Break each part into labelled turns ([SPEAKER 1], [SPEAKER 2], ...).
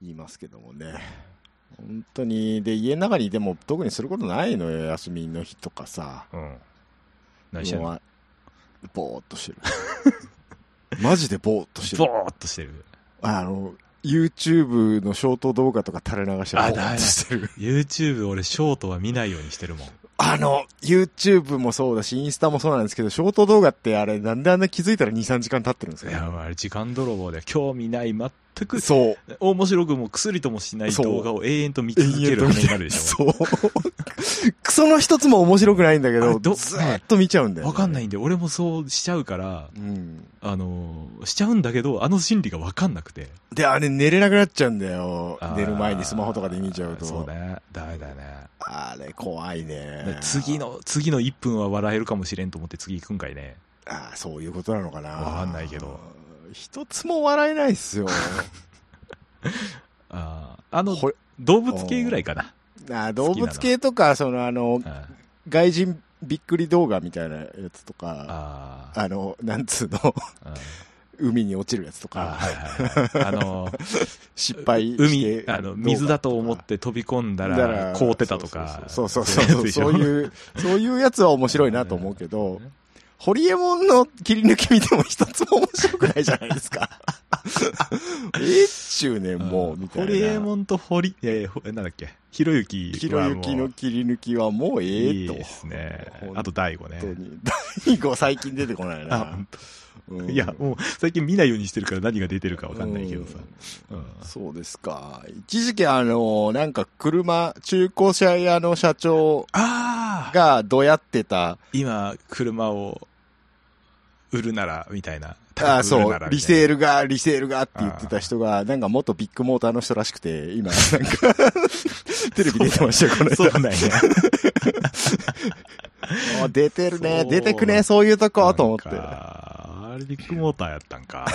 [SPEAKER 1] 言いますけどもね。本当に、で、家の中にいても特にすることないのよ、休みの日とかさ。
[SPEAKER 2] うん。何してんの
[SPEAKER 1] もうぼーっとしてる。 マジでぼーっとして
[SPEAKER 2] ぼ
[SPEAKER 1] る。
[SPEAKER 2] ーっとしてる。
[SPEAKER 1] あの、YouTube のショート動画とか垂れ流してぼ
[SPEAKER 2] あ
[SPEAKER 1] ーっとしてる。
[SPEAKER 2] YouTube 俺ショートは見ないようにしてるもん。
[SPEAKER 1] あの、YouTube もそうだし、インスタもそうなんですけど、ショート動画ってあれ、なんであんな気づいたら2、3時間経ってるんです
[SPEAKER 2] い
[SPEAKER 1] か
[SPEAKER 2] や、
[SPEAKER 1] ね
[SPEAKER 2] まあ、時間泥棒で興味ない、全く
[SPEAKER 1] そう。
[SPEAKER 2] 面白くも薬ともしない
[SPEAKER 1] そう
[SPEAKER 2] 動画を永遠と見続ける羽になるでしょ。
[SPEAKER 1] そう。 クソの一つも面白くないんだけ
[SPEAKER 2] あ
[SPEAKER 1] ど、
[SPEAKER 2] ど
[SPEAKER 1] ずーっと見ちゃうんだよ、。
[SPEAKER 2] わかんないいんで、俺もそうしちゃうから、
[SPEAKER 1] うん。
[SPEAKER 2] あのー、しちゃうんだけど、あの心理がわかんなくて。
[SPEAKER 1] で、あれ寝れなくなっちゃうんだよ
[SPEAKER 2] あー。
[SPEAKER 1] 寝る前にスマホとかで見ちゃうと。
[SPEAKER 2] そうね。ダメだね。
[SPEAKER 1] あれ、怖いね。
[SPEAKER 2] 次。の、次の1分は笑えるかもしれんと思って次行くんかいね。
[SPEAKER 1] あーそういうことなのかな。
[SPEAKER 2] わかんないけど。
[SPEAKER 1] 一つも笑えないっす よ。
[SPEAKER 2] あーあの、
[SPEAKER 1] ほれ
[SPEAKER 2] 動物系ぐらいかな。
[SPEAKER 1] あー動物系とか、その、あの、
[SPEAKER 2] あー
[SPEAKER 1] 外人びっくり動画みたいなやつとか、
[SPEAKER 2] あー
[SPEAKER 1] あの、なんつうの、
[SPEAKER 2] あー
[SPEAKER 1] 海に落ちるやつとか、
[SPEAKER 2] あーはいはいはい あのー、
[SPEAKER 1] 失敗して
[SPEAKER 2] 海、あの、水だと思って飛び込んだら凍ってたとか。
[SPEAKER 1] そうそうそう そうそう
[SPEAKER 2] うやつでしょ。
[SPEAKER 1] いう、そういうやつは面白いなと思うけど、ホリエモンの切り抜き見ても一つも面白くないじゃないです か。えっちゅうねん、もう、みたいな。
[SPEAKER 2] ホリエモンと堀、いやいや、ほなんだっけ、ひろゆき
[SPEAKER 1] ひろ
[SPEAKER 2] はも
[SPEAKER 1] ゆ
[SPEAKER 2] う。
[SPEAKER 1] きの切り抜きはもうえ
[SPEAKER 2] い
[SPEAKER 1] え
[SPEAKER 2] い
[SPEAKER 1] と。
[SPEAKER 2] ですね
[SPEAKER 1] 本。
[SPEAKER 2] あと大悟ね
[SPEAKER 1] 当。に。大悟最近出てこない
[SPEAKER 2] あ
[SPEAKER 1] な。うん
[SPEAKER 2] いや、もう最近見ないようにしてるから何が出てるかわかんないけどさ。うん
[SPEAKER 1] そうですか。一時期あの、なんか車、中古車屋の社長
[SPEAKER 2] ああ
[SPEAKER 1] がどやってた、
[SPEAKER 2] 今、車を売るなら、みたいな。
[SPEAKER 1] ああ、
[SPEAKER 2] 高く売
[SPEAKER 1] そ
[SPEAKER 2] るな
[SPEAKER 1] う
[SPEAKER 2] ら、み
[SPEAKER 1] リ
[SPEAKER 2] たいな
[SPEAKER 1] セールが、リセールがって言ってた人が、なんか元ビッグモーターの人らしくて、今、なんか、テレビ出てましたよ、この
[SPEAKER 2] そう
[SPEAKER 1] 人。
[SPEAKER 2] なんや。
[SPEAKER 1] あ出てるね
[SPEAKER 2] そ、う
[SPEAKER 1] 出てくね、そういうとこ、と思っ
[SPEAKER 2] なん
[SPEAKER 1] て。
[SPEAKER 2] かあれビッグモーターやったんか。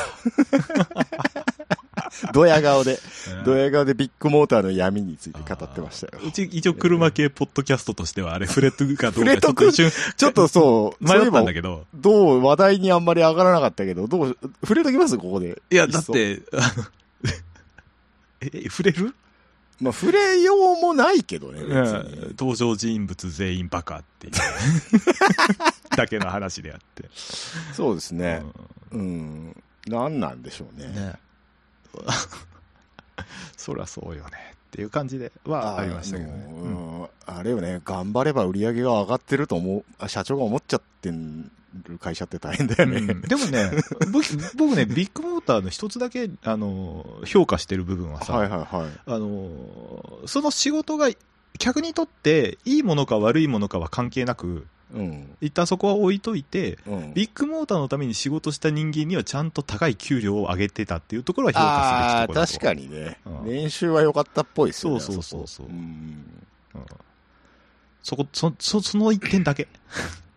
[SPEAKER 1] ドヤ顔で、
[SPEAKER 2] うん
[SPEAKER 1] ドヤ顔でビッグモーターの闇について語ってましたよ
[SPEAKER 2] あー。うち、一応車系ポッドキャストとしては、あれ、触れとくかど
[SPEAKER 1] 触
[SPEAKER 2] うか、
[SPEAKER 1] れ
[SPEAKER 2] ちょ
[SPEAKER 1] と
[SPEAKER 2] っと
[SPEAKER 1] く
[SPEAKER 2] 一瞬
[SPEAKER 1] ちょっとそう、そういえ
[SPEAKER 2] 迷った
[SPEAKER 1] ば
[SPEAKER 2] んだ、けど。
[SPEAKER 1] どう、話題にあんまり上がらなかったけど、どう、触れときますここで。
[SPEAKER 2] いや、
[SPEAKER 1] っ
[SPEAKER 2] だ
[SPEAKER 1] そ
[SPEAKER 2] って、あの、 え、触れる
[SPEAKER 1] まあ、触れようもないけどね、別に。
[SPEAKER 2] 登場人物全員バカ っていう。だけの話であって。
[SPEAKER 1] そうですね。
[SPEAKER 2] う
[SPEAKER 1] うん。なんなんでしょうね。
[SPEAKER 2] んね そりゃそうよね。っていう感じで
[SPEAKER 1] あ
[SPEAKER 2] は
[SPEAKER 1] ー
[SPEAKER 2] ありましたけどね。
[SPEAKER 1] もう
[SPEAKER 2] うん
[SPEAKER 1] うんあれよね、頑張れば売り上げが上がってると思う、あ社長が思っちゃってる会社って大変だよね。
[SPEAKER 2] うんでもね、ぼ僕ね、ビッグモーターの一つだけ、あの、評価してる部分はさ、
[SPEAKER 1] はいはいはい。
[SPEAKER 2] あのーその仕事が客にとっていいものか悪いものかは関係なく、
[SPEAKER 1] うん。
[SPEAKER 2] 一旦そこは置いといて、
[SPEAKER 1] うん、
[SPEAKER 2] ビッグモーターのために仕事した人間にはちゃんと高い給料を上げてたっていうところは評価
[SPEAKER 1] あ
[SPEAKER 2] す
[SPEAKER 1] あ
[SPEAKER 2] べきと
[SPEAKER 1] ー、
[SPEAKER 2] ころだと
[SPEAKER 1] 確かにね、
[SPEAKER 2] うん
[SPEAKER 1] 年収は良かったっぽいですよね。
[SPEAKER 2] そうそうそうそう
[SPEAKER 1] うん
[SPEAKER 2] うんそこ、そ、そ、その一点だけ。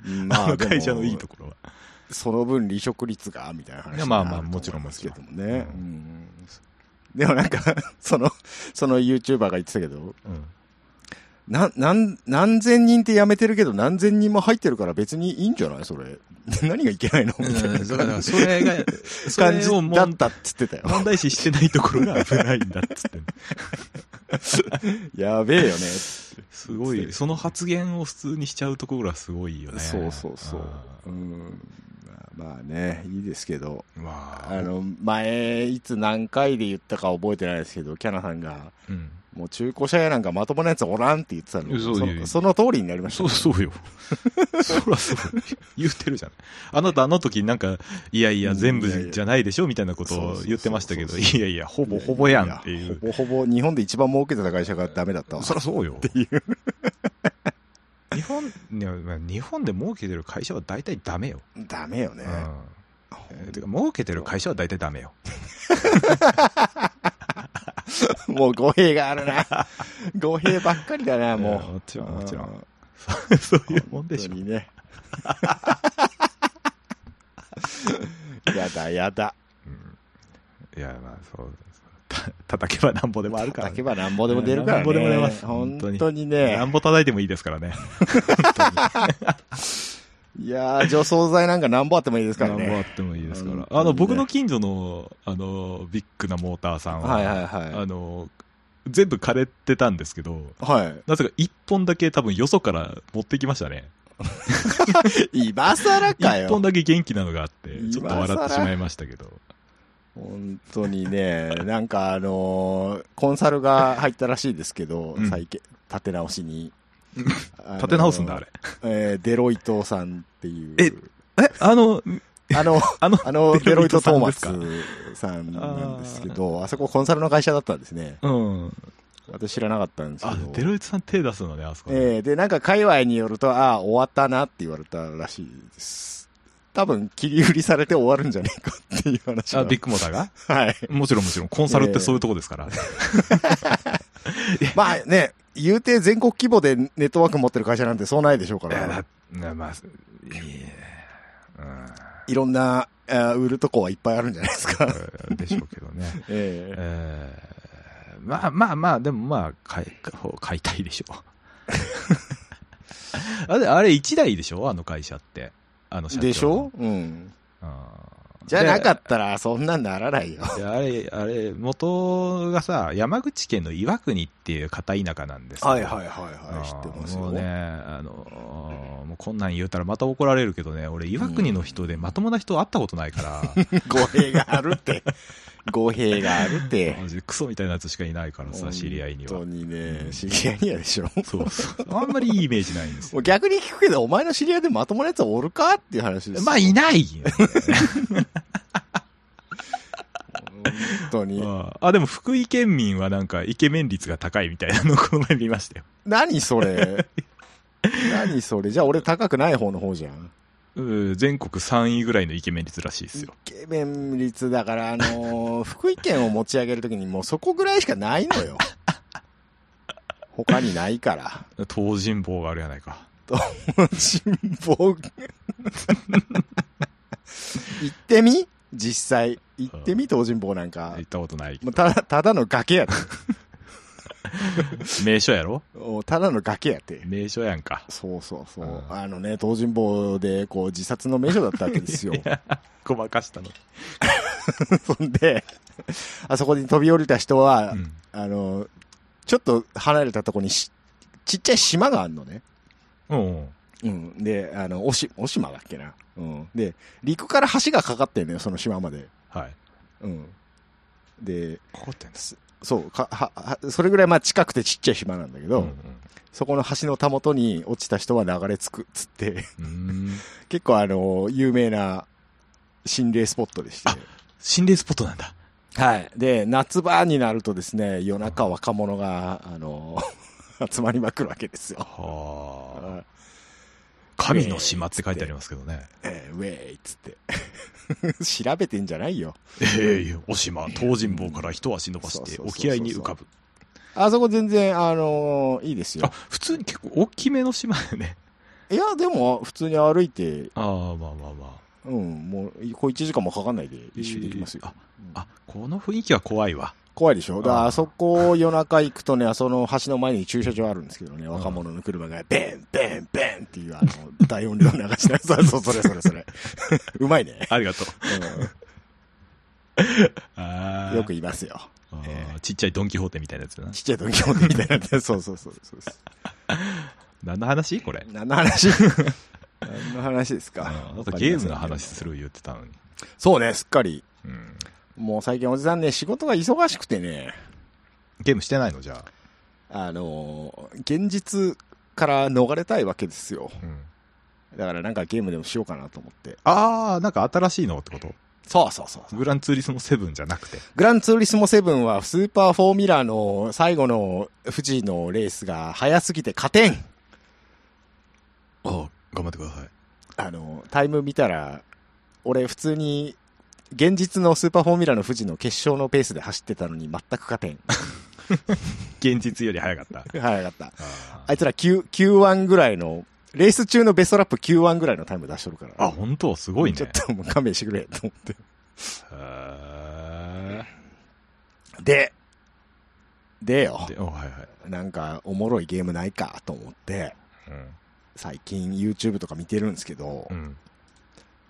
[SPEAKER 1] ま
[SPEAKER 2] あの会社のいい
[SPEAKER 1] で
[SPEAKER 2] と
[SPEAKER 1] も
[SPEAKER 2] ころは。
[SPEAKER 1] その分離職率が、みたいな話になる
[SPEAKER 2] いやまあまあ
[SPEAKER 1] と思い
[SPEAKER 2] もちろん
[SPEAKER 1] ますけどもね。
[SPEAKER 2] もちろん
[SPEAKER 1] うんでもなんか、その、その YouTuber が言ってたけど、
[SPEAKER 2] うん。
[SPEAKER 1] な、なん、何千人って辞めてるけど、何千人も入ってるから別にいいんじゃないそれ。 何がいけないのみたいな
[SPEAKER 2] だから、それが、そ
[SPEAKER 1] 感
[SPEAKER 2] れ
[SPEAKER 1] じだ
[SPEAKER 2] を
[SPEAKER 1] っ
[SPEAKER 2] 問
[SPEAKER 1] たっつってたよ。
[SPEAKER 2] 問題視してないところが危ないんだっつってんの。
[SPEAKER 1] やべえよね。
[SPEAKER 2] すごい、その発言を普通にしちゃうところはすごいよね。
[SPEAKER 1] そうそうそう。うん。まあまあね、いいですけど、
[SPEAKER 2] うん。まあ、
[SPEAKER 1] あの、前、いつ何回で言ったか覚えてないですけど、キャナさんが、
[SPEAKER 2] うん。
[SPEAKER 1] もう中古車屋なんかまともなやつおらんって言ってたの。
[SPEAKER 2] そう
[SPEAKER 1] そ
[SPEAKER 2] い
[SPEAKER 1] の
[SPEAKER 2] う
[SPEAKER 1] その通りになりました
[SPEAKER 2] そ
[SPEAKER 1] ね、
[SPEAKER 2] うそう よ。そらそうよ。言ってるじゃん。あなたあの時なんか、いやいや、全部じゃないでしょみたいなことを言ってましたけど、
[SPEAKER 1] そう
[SPEAKER 2] い
[SPEAKER 1] そうそうそう
[SPEAKER 2] やいや、ほぼほぼやんっていう。
[SPEAKER 1] やほぼほぼ日本で一番儲けてた会社がダメだったわ。
[SPEAKER 2] そらそうよ。っていう。 日本、いやまあ日本で儲けてる会社は大体ダメよ。
[SPEAKER 1] ダメよね。
[SPEAKER 2] うん。てか、儲けてる会社は大体ダメよ。
[SPEAKER 1] もう語弊がある な。語弊ばっかりだな、
[SPEAKER 2] いや
[SPEAKER 1] もう。
[SPEAKER 2] もちろん、もちろ
[SPEAKER 1] うん
[SPEAKER 2] ん。。そういうもんでしょ
[SPEAKER 1] 本当。に ね。やだやだ。
[SPEAKER 2] うんいや、まあ、そう。た叩けばなんぼでもあるから
[SPEAKER 1] 叩
[SPEAKER 2] ね
[SPEAKER 1] けばなんぼでも出るからね。
[SPEAKER 2] なんぼでも出ます
[SPEAKER 1] 本
[SPEAKER 2] 本当に
[SPEAKER 1] 当に
[SPEAKER 2] なん
[SPEAKER 1] ね。
[SPEAKER 2] ぼ叩いてもいいですからね。本当に
[SPEAKER 1] いやー、除草剤なんか何本あってもいいですから
[SPEAKER 2] 頑張
[SPEAKER 1] ね。
[SPEAKER 2] ってもいいですか
[SPEAKER 1] 本
[SPEAKER 2] ら。
[SPEAKER 1] 当にね
[SPEAKER 2] あの、僕の近所の、あの、ビッグなモーターさんは、
[SPEAKER 1] はいはいは
[SPEAKER 2] あの、全部枯れてたんですけど、
[SPEAKER 1] い。は
[SPEAKER 2] なぜか一本だけ多分よそから持ってきましたね。
[SPEAKER 1] い。今更か
[SPEAKER 2] 一本
[SPEAKER 1] よ。
[SPEAKER 2] だけ元気なのがあって、
[SPEAKER 1] 今
[SPEAKER 2] ちょっと笑ってしまいましたけど。
[SPEAKER 1] 本当にね、なんかあのーコンサルが入ったらしいですけど
[SPEAKER 2] うん、
[SPEAKER 1] 再建、立て直し に。あのー
[SPEAKER 2] 立て直すんだ、あれ。
[SPEAKER 1] えーデロイトさんっていう。
[SPEAKER 2] ええ、あの、
[SPEAKER 1] あの、
[SPEAKER 2] あの、
[SPEAKER 1] あの、
[SPEAKER 2] デ
[SPEAKER 1] デ
[SPEAKER 2] ロ
[SPEAKER 1] ロ
[SPEAKER 2] イ
[SPEAKER 1] イ
[SPEAKER 2] ト
[SPEAKER 1] ト・
[SPEAKER 2] さ
[SPEAKER 1] ト
[SPEAKER 2] ん
[SPEAKER 1] ー
[SPEAKER 2] で
[SPEAKER 1] マス
[SPEAKER 2] すか
[SPEAKER 1] さんなんですけど、あそこコンサルの会社だったんですね。
[SPEAKER 2] うん。
[SPEAKER 1] 私知らなかったんですけ
[SPEAKER 2] あ
[SPEAKER 1] ど。、
[SPEAKER 2] デロイトさん手出すのね、あそこね。
[SPEAKER 1] ええで、なんか界隈によると、ああ、終わったなって言われたらしいです。多分、切り売りされて終わるんじゃねえかっていう話が。
[SPEAKER 2] あ、ビッグモーターが
[SPEAKER 1] はい。
[SPEAKER 2] もちろんもちろん、コンサルってそういうとこですから。
[SPEAKER 1] まあね、言うて全国規模でネットワーク持ってる会社なんてそうないでしょうか
[SPEAKER 2] いや
[SPEAKER 1] ら、
[SPEAKER 2] だまあ、いやいや
[SPEAKER 1] いろんな、あ売るとこはいっぱいあるんじゃないですか。
[SPEAKER 2] うんでしょうけどね。
[SPEAKER 1] ええ
[SPEAKER 2] えーまあまあまあ、でもまあ、買い、買いたいでしょ う。あれ、あれ1台でしょあの会社って。あの社長。
[SPEAKER 1] でしょうん。
[SPEAKER 2] あー
[SPEAKER 1] じゃなかったら、そんなんならないよ。
[SPEAKER 2] であれ、あれ、元がさ、山口県の岩国っていう片田舎なんですよ
[SPEAKER 1] はいはいはい
[SPEAKER 2] あ
[SPEAKER 1] はい、知
[SPEAKER 2] ー
[SPEAKER 1] ってますよ。
[SPEAKER 2] もうね、あのーもうこんなん言うたらまた怒られるけどね、俺、岩国の人でまともな人会ったことないから、
[SPEAKER 1] 語弊がある って。語弊があるって。
[SPEAKER 2] マジでクソみたいなやつしかいないからさ、知り合いには
[SPEAKER 1] 本当。にね、知り合いにはでしょ。
[SPEAKER 2] そうそう。あんまりいいイメージないんです
[SPEAKER 1] も
[SPEAKER 2] よ
[SPEAKER 1] う。逆に聞くけど、お前の知り合いでまともなやつはおるかっていう話です。
[SPEAKER 2] まあ、い ないよね
[SPEAKER 1] 本当に。
[SPEAKER 2] あーあ、でも福井県民はなんかイケメン率が高いみたいなのを この前見ましたよ。
[SPEAKER 1] 何そ れ。何それ。じゃあ俺高くない方の方じゃん。
[SPEAKER 2] うん全国3位ぐらいのイケメン率らしいです
[SPEAKER 1] イ
[SPEAKER 2] よ。
[SPEAKER 1] ケメン率だから、あ のー福井県を持ち上げるときにもうそこぐらいしかないのよ。他にないから。
[SPEAKER 2] 東尋坊があるやないか。
[SPEAKER 1] 人望 行ってみ実際。行ってみ東尋坊なんか
[SPEAKER 2] 行っ。たことないけ
[SPEAKER 1] も
[SPEAKER 2] ど
[SPEAKER 1] う。ただ、ただの崖 やで。
[SPEAKER 2] 名所やろ
[SPEAKER 1] おただの崖やって。
[SPEAKER 2] 名所やんか。。
[SPEAKER 1] そうそうそううんあのね、東尋坊で、こう、自殺の名所だったわけ ですよ。
[SPEAKER 2] ごまかしたの。
[SPEAKER 1] そんで、あそこに飛び降りた人は、
[SPEAKER 2] うん
[SPEAKER 1] あの、ちょっと離れたとこにし、ちっちゃい島があるのね。
[SPEAKER 2] うん。
[SPEAKER 1] うん。で、あの、おし、お島だっけな。うん。で、陸から橋がかかってんのよ、その島まで。
[SPEAKER 2] はい。
[SPEAKER 1] うん。で、
[SPEAKER 2] ここってん
[SPEAKER 1] すそう、か、は、はそれぐらいまあ近くてちっちゃい島なんだけど、そこの橋のたもとに落ちた人は流れ着くっつって、
[SPEAKER 2] うんうん。
[SPEAKER 1] 結構あの、有名な心霊スポットでして。
[SPEAKER 2] 心霊スポットなんだ。
[SPEAKER 1] はい。で、夏場になるとですね、夜中若者が、あの、 集まりまくるわけですよ。
[SPEAKER 2] はあ。
[SPEAKER 1] はい
[SPEAKER 2] 神の島って書いてありますけどね。
[SPEAKER 1] えーウェイっつって。 調べてんじゃないよ。
[SPEAKER 2] ええお島、東尋坊から一足伸ばして
[SPEAKER 1] そうそうそうそう
[SPEAKER 2] 沖合に浮かぶ。
[SPEAKER 1] あそこ全然、あのいいです
[SPEAKER 2] あ
[SPEAKER 1] よ。、
[SPEAKER 2] 普通に結構大きめの島だよね。
[SPEAKER 1] いや、でも、普通に歩いて、
[SPEAKER 2] ああ、まあまあまあ。
[SPEAKER 1] うん、もう、こう1時間もかかんないで一周できますよ。
[SPEAKER 2] あ
[SPEAKER 1] うん、
[SPEAKER 2] あ、この雰囲気は怖いわ。
[SPEAKER 1] 怖いでしょだから
[SPEAKER 2] あー
[SPEAKER 1] あそこ夜中行くとね、その橋の前に駐車場あるんですけどね、若者の車がベン、ベン、ベンっていうあの、大音量流しながら、そう、それそれそ れ。うまいね。
[SPEAKER 2] ありがとう。
[SPEAKER 1] う
[SPEAKER 2] あ
[SPEAKER 1] ん、よく言いますよ。
[SPEAKER 2] あ
[SPEAKER 1] え
[SPEAKER 2] ーちっちゃいドンキホーテみたいなやつだな。
[SPEAKER 1] ちっちゃい時もみたいなやつ。 そうそうそうそうそう。
[SPEAKER 2] 何の話これ。
[SPEAKER 1] 何の話何の話ですか
[SPEAKER 2] ああとゲームの話する言ってたのに。
[SPEAKER 1] そうね、すっかり。
[SPEAKER 2] うん。
[SPEAKER 1] もう最近おじさんね、仕事が忙しくてね、
[SPEAKER 2] ゲームしてないのじゃあ。
[SPEAKER 1] あのー現実から逃れたいわけですよ。
[SPEAKER 2] うん。
[SPEAKER 1] だからなんかゲームでもしようかなと思って。
[SPEAKER 2] ああ、なんか新しいのってこと
[SPEAKER 1] そうそうそう。
[SPEAKER 2] グランツーリスモ7じゃなくて。
[SPEAKER 1] グランツーリスモ7はスーパーフォーミュラーの最後の富士のレースが早すぎて加点
[SPEAKER 2] ああ、頑張ってください。
[SPEAKER 1] あの、タイム見たら、俺普通に、現実のスーパーフォーミュラの富士の決勝のペースで走ってたのに全く加点。
[SPEAKER 2] 現実より早か った。
[SPEAKER 1] 早かった。
[SPEAKER 2] あ
[SPEAKER 1] あいつら9、9-1ぐらいの、レース中のベストラップ9-1ぐらいのタイム出しとるから。
[SPEAKER 2] あ、本当すごいね。
[SPEAKER 1] ちょっともう勘弁してくれ、と思って。
[SPEAKER 2] へー
[SPEAKER 1] で、でよ、
[SPEAKER 2] で、おはいはい。
[SPEAKER 1] なんかおもろいゲームないかと思って、
[SPEAKER 2] うん
[SPEAKER 1] 最近 YouTube とか見てるんですけど
[SPEAKER 2] う、ん。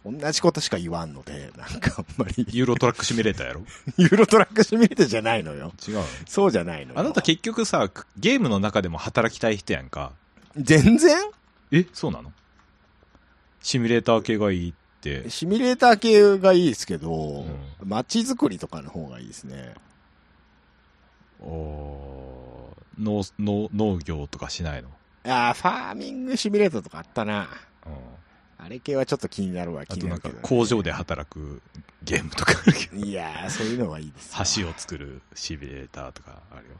[SPEAKER 1] 同じことしか言わんので、なんかあんまり、
[SPEAKER 2] ユーロトラックシミュレーターやろ
[SPEAKER 1] ユーロトラックシミュレーターじゃないのよ。
[SPEAKER 2] 違うの
[SPEAKER 1] そうじゃないのよ。
[SPEAKER 2] あなた結局さ、ゲームの中でも働きたい人やんか。
[SPEAKER 1] 全然
[SPEAKER 2] え、そうなのシミュレーター系がいいって。
[SPEAKER 1] シミュレーター系がいいですけど
[SPEAKER 2] ん、
[SPEAKER 1] 街、づくりとかの方がいいですね。
[SPEAKER 2] おー農農農業とかしないの、
[SPEAKER 1] ああ、ファーミングシミュレーターとかあったな。
[SPEAKER 2] うん、
[SPEAKER 1] あれ系はちょっと気になるわ、
[SPEAKER 2] あ
[SPEAKER 1] 気に
[SPEAKER 2] とな
[SPEAKER 1] なんる
[SPEAKER 2] か
[SPEAKER 1] けど、
[SPEAKER 2] 工場で働くゲームとかあるけど
[SPEAKER 1] いやー、そういうのはいいですよ。
[SPEAKER 2] 橋を作るシミュレーターとかあるよ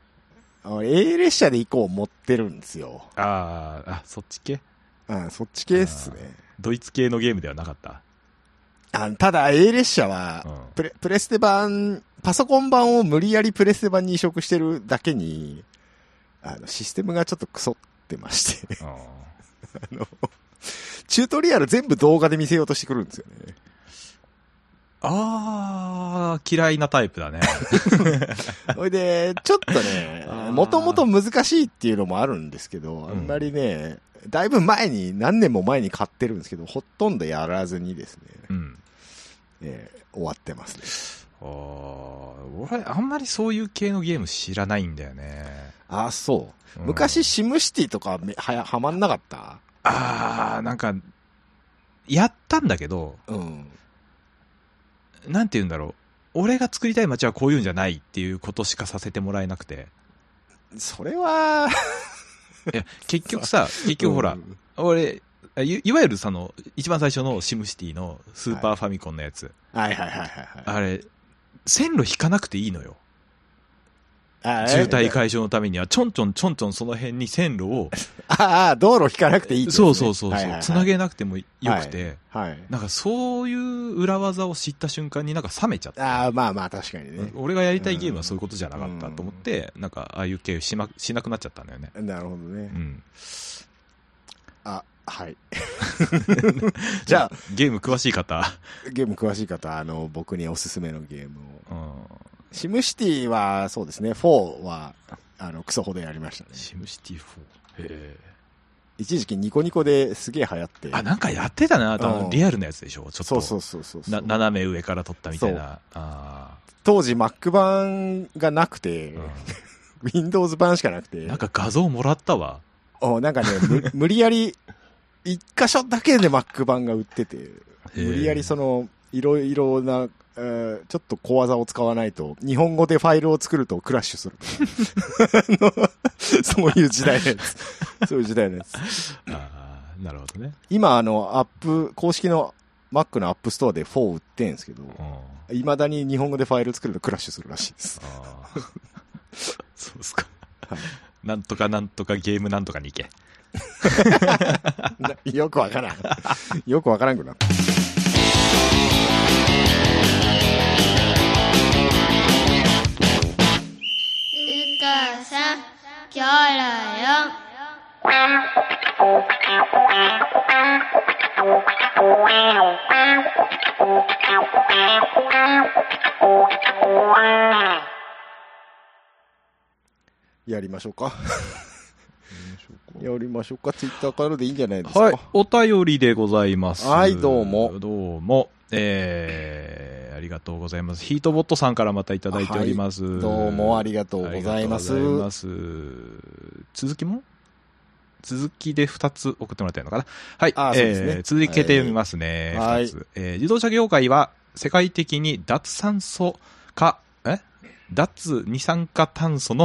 [SPEAKER 1] あの A 列車で行こう持ってるんですよ。
[SPEAKER 2] あーあそっち系
[SPEAKER 1] うん、そっち系っすね。
[SPEAKER 2] ドイツ系のゲームではなかった、
[SPEAKER 1] あただ A 列車は
[SPEAKER 2] う、ん、
[SPEAKER 1] プレプレステ版、パソコン版を無理やりプレステ版に移植してるだけに、あの、システムがちょっとクソってまして、
[SPEAKER 2] あー
[SPEAKER 1] あの、チュートリアル全部動画で見せようとしてくるんですよ ね。
[SPEAKER 2] あー嫌いなタイプだね
[SPEAKER 1] それで、ちょっとね
[SPEAKER 2] あー、
[SPEAKER 1] もともと難しいっていうのもあるんですけど、
[SPEAKER 2] ん
[SPEAKER 1] あんまりね、だいぶ前に、何年も前に買ってるんですけど、ほとんどやらずにですね、
[SPEAKER 2] うん
[SPEAKER 1] えー終わってますね。
[SPEAKER 2] あー俺あんまりそういう系のゲーム知らないんだよね、
[SPEAKER 1] ああ、そう。
[SPEAKER 2] うん
[SPEAKER 1] 昔、シムシティとかめはや、はまんなかった
[SPEAKER 2] ああなんかやったんだけど
[SPEAKER 1] うん。
[SPEAKER 2] なんて言うんだろう。俺が作りたい街はこういうんじゃないっていうことしかさせてもらえなくて。
[SPEAKER 1] それは、
[SPEAKER 2] いや、結局さ、結局ほら、
[SPEAKER 1] うん
[SPEAKER 2] 俺、いいわゆるその、一番最初のシムシティのスーパーファミコンのやつ。
[SPEAKER 1] はいはいはいはいはい。
[SPEAKER 2] あれ、線路引かなくていいのよ。
[SPEAKER 1] あ
[SPEAKER 2] 渋滞解消のためには、ちょんちょんちょんちょんその辺に線路を、
[SPEAKER 1] ああ、道路引かなくていいってやつね
[SPEAKER 2] そうそうそう
[SPEAKER 1] はいはい
[SPEAKER 2] そ
[SPEAKER 1] は
[SPEAKER 2] う、
[SPEAKER 1] い
[SPEAKER 2] つなげなくてもよくて、
[SPEAKER 1] はい。
[SPEAKER 2] なんかそういう裏技を知った瞬間になんか冷めちゃった。
[SPEAKER 1] ああ、まあまあ確かにね。
[SPEAKER 2] 俺がやりたいゲームはそういうことじゃなかったと思って、なんかああいう系し,、ま、しなくなっちゃったんだよね。
[SPEAKER 1] なるほど
[SPEAKER 2] う
[SPEAKER 1] ね。
[SPEAKER 2] ん。
[SPEAKER 1] あ、はい。 じゃ
[SPEAKER 2] ゲーム詳しい方、
[SPEAKER 1] あ、ゲーム詳しい方、あの、僕におすすめのゲームを。
[SPEAKER 2] うん、
[SPEAKER 1] シムシティは、そうですね、4は、あの、クソほどやりましたね。
[SPEAKER 2] シムシティ4。へ
[SPEAKER 1] 一時期ニコニコですげえ流行って。
[SPEAKER 2] あ、なんかやってたな、多
[SPEAKER 1] う
[SPEAKER 2] 分
[SPEAKER 1] ん
[SPEAKER 2] リアルなやつでしょ、ちょっと。
[SPEAKER 1] そうそうそうそうそう。
[SPEAKER 2] な斜め上から撮ったみたいな。あ
[SPEAKER 1] 当時 Mac 版がなくて、
[SPEAKER 2] ー
[SPEAKER 1] Windows 版しかなく
[SPEAKER 2] う
[SPEAKER 1] て。
[SPEAKER 2] んなんか画像もらったわ。
[SPEAKER 1] おなんかね、 む無理やり、一箇所だけで Mac 版が売ってて、
[SPEAKER 2] へー
[SPEAKER 1] 無理やりその、いろいろな、えーちょっと小技を使わないと、日本語でファイルを作るとクラッシュする。 あのそういう時代のやつ。そういう時代のやつ。
[SPEAKER 2] あーなるほどね。
[SPEAKER 1] 今、あの、アップ、公式の Mac のアップストアで4売ってんすけど、
[SPEAKER 2] うんあ
[SPEAKER 1] 未だに日本語でファイル作るとクラッシュするらしいです。
[SPEAKER 2] ーそうですか
[SPEAKER 1] はい。
[SPEAKER 2] なんとかなんとかゲームなんとかに行け。
[SPEAKER 1] なよくわからん。よくわからんくなった。
[SPEAKER 3] うかさん、きょろよ。
[SPEAKER 1] やりましょうか。やりましょうか。ツイッターからでいいんじゃないですか。
[SPEAKER 2] はい。お便りでございます。
[SPEAKER 1] はいどうも
[SPEAKER 2] どうも。えー、ありがとうございます。ヒートボットさんからまたいただいております。
[SPEAKER 1] どうもあ
[SPEAKER 2] り
[SPEAKER 1] りがとうございます。
[SPEAKER 2] ありがとうございます続きも続きで2つ送ってもらったのかなはい。
[SPEAKER 1] あそうですね
[SPEAKER 2] えー続けて読みますね。
[SPEAKER 1] はい
[SPEAKER 2] 二つえー自動車業界は世界的に脱酸素化、え脱二酸化炭素の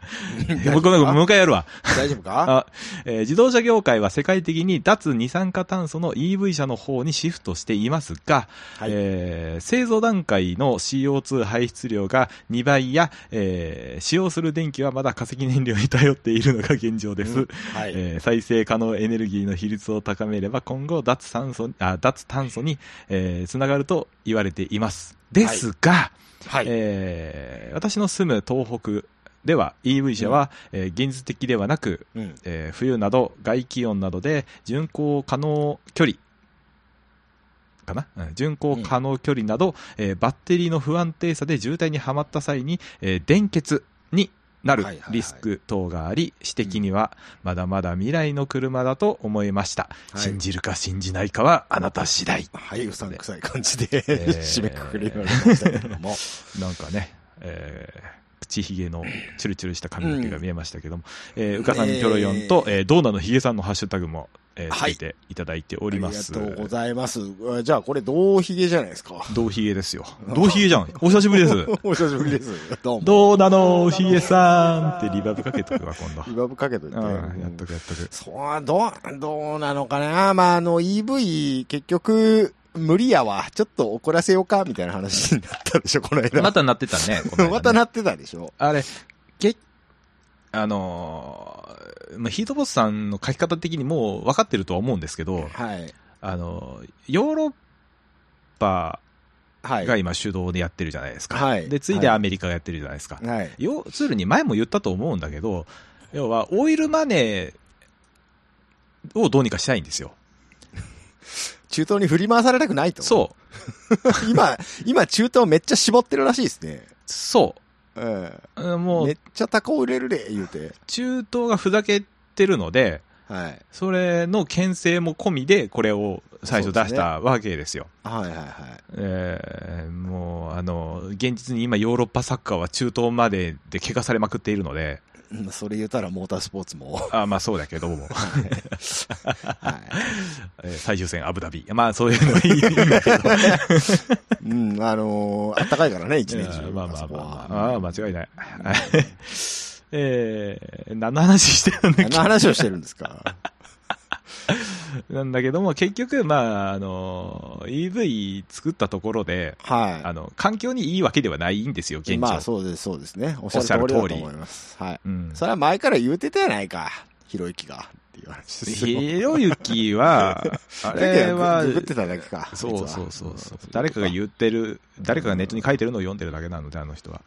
[SPEAKER 2] 僕ごめんごめんもう一回やるわ。
[SPEAKER 1] 大丈夫か
[SPEAKER 2] あえー自動車業界は世界的に脱二酸化炭素の EV 車の方にシフトしていますが、
[SPEAKER 1] はい
[SPEAKER 2] えー製造段階の CO2 排出量が2倍や、えー使用する電気はまだ化石燃料に頼っているのが現状です。
[SPEAKER 1] はい。
[SPEAKER 2] えー再生可能エネルギーの比率を高めれば今後脱酸素あ脱炭素に、えーつながると言われています。ですが、
[SPEAKER 1] はい。
[SPEAKER 2] えー私の住む東北では EV 車は、えー現実的ではなく、
[SPEAKER 1] うん。
[SPEAKER 2] えー冬など外気温などで巡航可能距離かなうん巡航可能距離など、えーバッテリーの不安定さで渋滞にはまった際に、えー電欠になる
[SPEAKER 1] はいはいはい
[SPEAKER 2] リスク等があり、私的にはまだまだ未来の車だと思いました。
[SPEAKER 1] はい
[SPEAKER 2] 信じるか信じないかはあなた次第。
[SPEAKER 1] はい、うさんくさい感じで、締めくくり
[SPEAKER 2] えー
[SPEAKER 1] になりましたけども。
[SPEAKER 2] なんかね、えー口ひげのチュルチュルした髪の毛が見えましたけども、えーうかさんぴょろよんと、
[SPEAKER 1] え
[SPEAKER 2] えードーナのひげさんのハッシュタグも、えー
[SPEAKER 1] はい
[SPEAKER 2] つけていただいてお
[SPEAKER 1] あ
[SPEAKER 2] り
[SPEAKER 1] りが
[SPEAKER 2] ます。
[SPEAKER 1] とうございます。あじゃあ、これ、同ひげじゃないですか。
[SPEAKER 2] 同ひげですよ。同ひげじゃん。お久しぶりです。
[SPEAKER 1] お久しぶりです。どうも。
[SPEAKER 2] どうなのひげさんってリバーブかけとくわ、今度。
[SPEAKER 1] リバーブかけといて。
[SPEAKER 2] うん、やっとくやっとく。
[SPEAKER 1] そう、どう、どうなのかな。まあ、あの、EV、結局、無理やわ。ちょっと怒らせようか、みたいな話になったでしょ、この間。
[SPEAKER 2] またなってた ね。この間ね
[SPEAKER 1] またなってたでしょ。
[SPEAKER 2] あれ、け、あのーまあヒートボスさんの書き方的にもう分かってるとは思うんですけど、
[SPEAKER 1] はい。
[SPEAKER 2] あのーヨーロッパ
[SPEAKER 1] はい。
[SPEAKER 2] が今主導でやってるじゃないですか。
[SPEAKER 1] はい
[SPEAKER 2] で、ついでアメリカがやってるじゃないですか。
[SPEAKER 1] はい。
[SPEAKER 2] 要するに前も言ったと思うんだけど、要はオイルマネーをどうにかしたいんですよ。
[SPEAKER 1] 中東に振り回されたくないと。う。
[SPEAKER 2] そう。
[SPEAKER 1] 今、今、中東めっちゃ絞ってるらしいですね。
[SPEAKER 2] そ
[SPEAKER 1] うん。
[SPEAKER 2] う。うんも
[SPEAKER 1] め
[SPEAKER 2] う
[SPEAKER 1] っ、ちゃ高売れるで、言うて。
[SPEAKER 2] 中東がふざけてるので、
[SPEAKER 1] はい。
[SPEAKER 2] それの牽制も込みで、これを最初出したわけですよ。
[SPEAKER 1] はいはいはい。
[SPEAKER 2] えーもう、あの、現実に今ヨーロッパサッカーは中東までで怪我されまくっているので、
[SPEAKER 1] うんそれ言うたらモータースポーツも。
[SPEAKER 2] あまあそうだけども、
[SPEAKER 1] は
[SPEAKER 2] えー最終戦アブダビ。まあそういうのはい いいいんだけど。
[SPEAKER 1] い。うん、あのー、あったかいからね、一年
[SPEAKER 2] いや
[SPEAKER 1] 中。
[SPEAKER 2] まあまあ
[SPEAKER 1] そこ
[SPEAKER 2] ま
[SPEAKER 1] は
[SPEAKER 2] あまあ、ああ、間違いない。 えー、何の話してるんだっ
[SPEAKER 1] 何
[SPEAKER 2] け
[SPEAKER 1] の話をしてるんです か
[SPEAKER 2] なんだけども、結局、まあ、あの、EV 作ったところで、あ
[SPEAKER 1] は
[SPEAKER 2] の、環境にいいわけではないんですよ、現
[SPEAKER 1] い。
[SPEAKER 2] 状。
[SPEAKER 1] まあそうです、そうですね。おっしゃる通りだと思います。はい。
[SPEAKER 2] うん。
[SPEAKER 1] それは前から言うてたやないか。ひろゆきが。って いう話ですよ。
[SPEAKER 2] ひろゆきは、 あれは、
[SPEAKER 1] ググってただけか。
[SPEAKER 2] そうそうそうそう。
[SPEAKER 1] 実は
[SPEAKER 2] 誰かが言ってる、誰かがネットに書いてるのを読んでるだけなので、あの人は。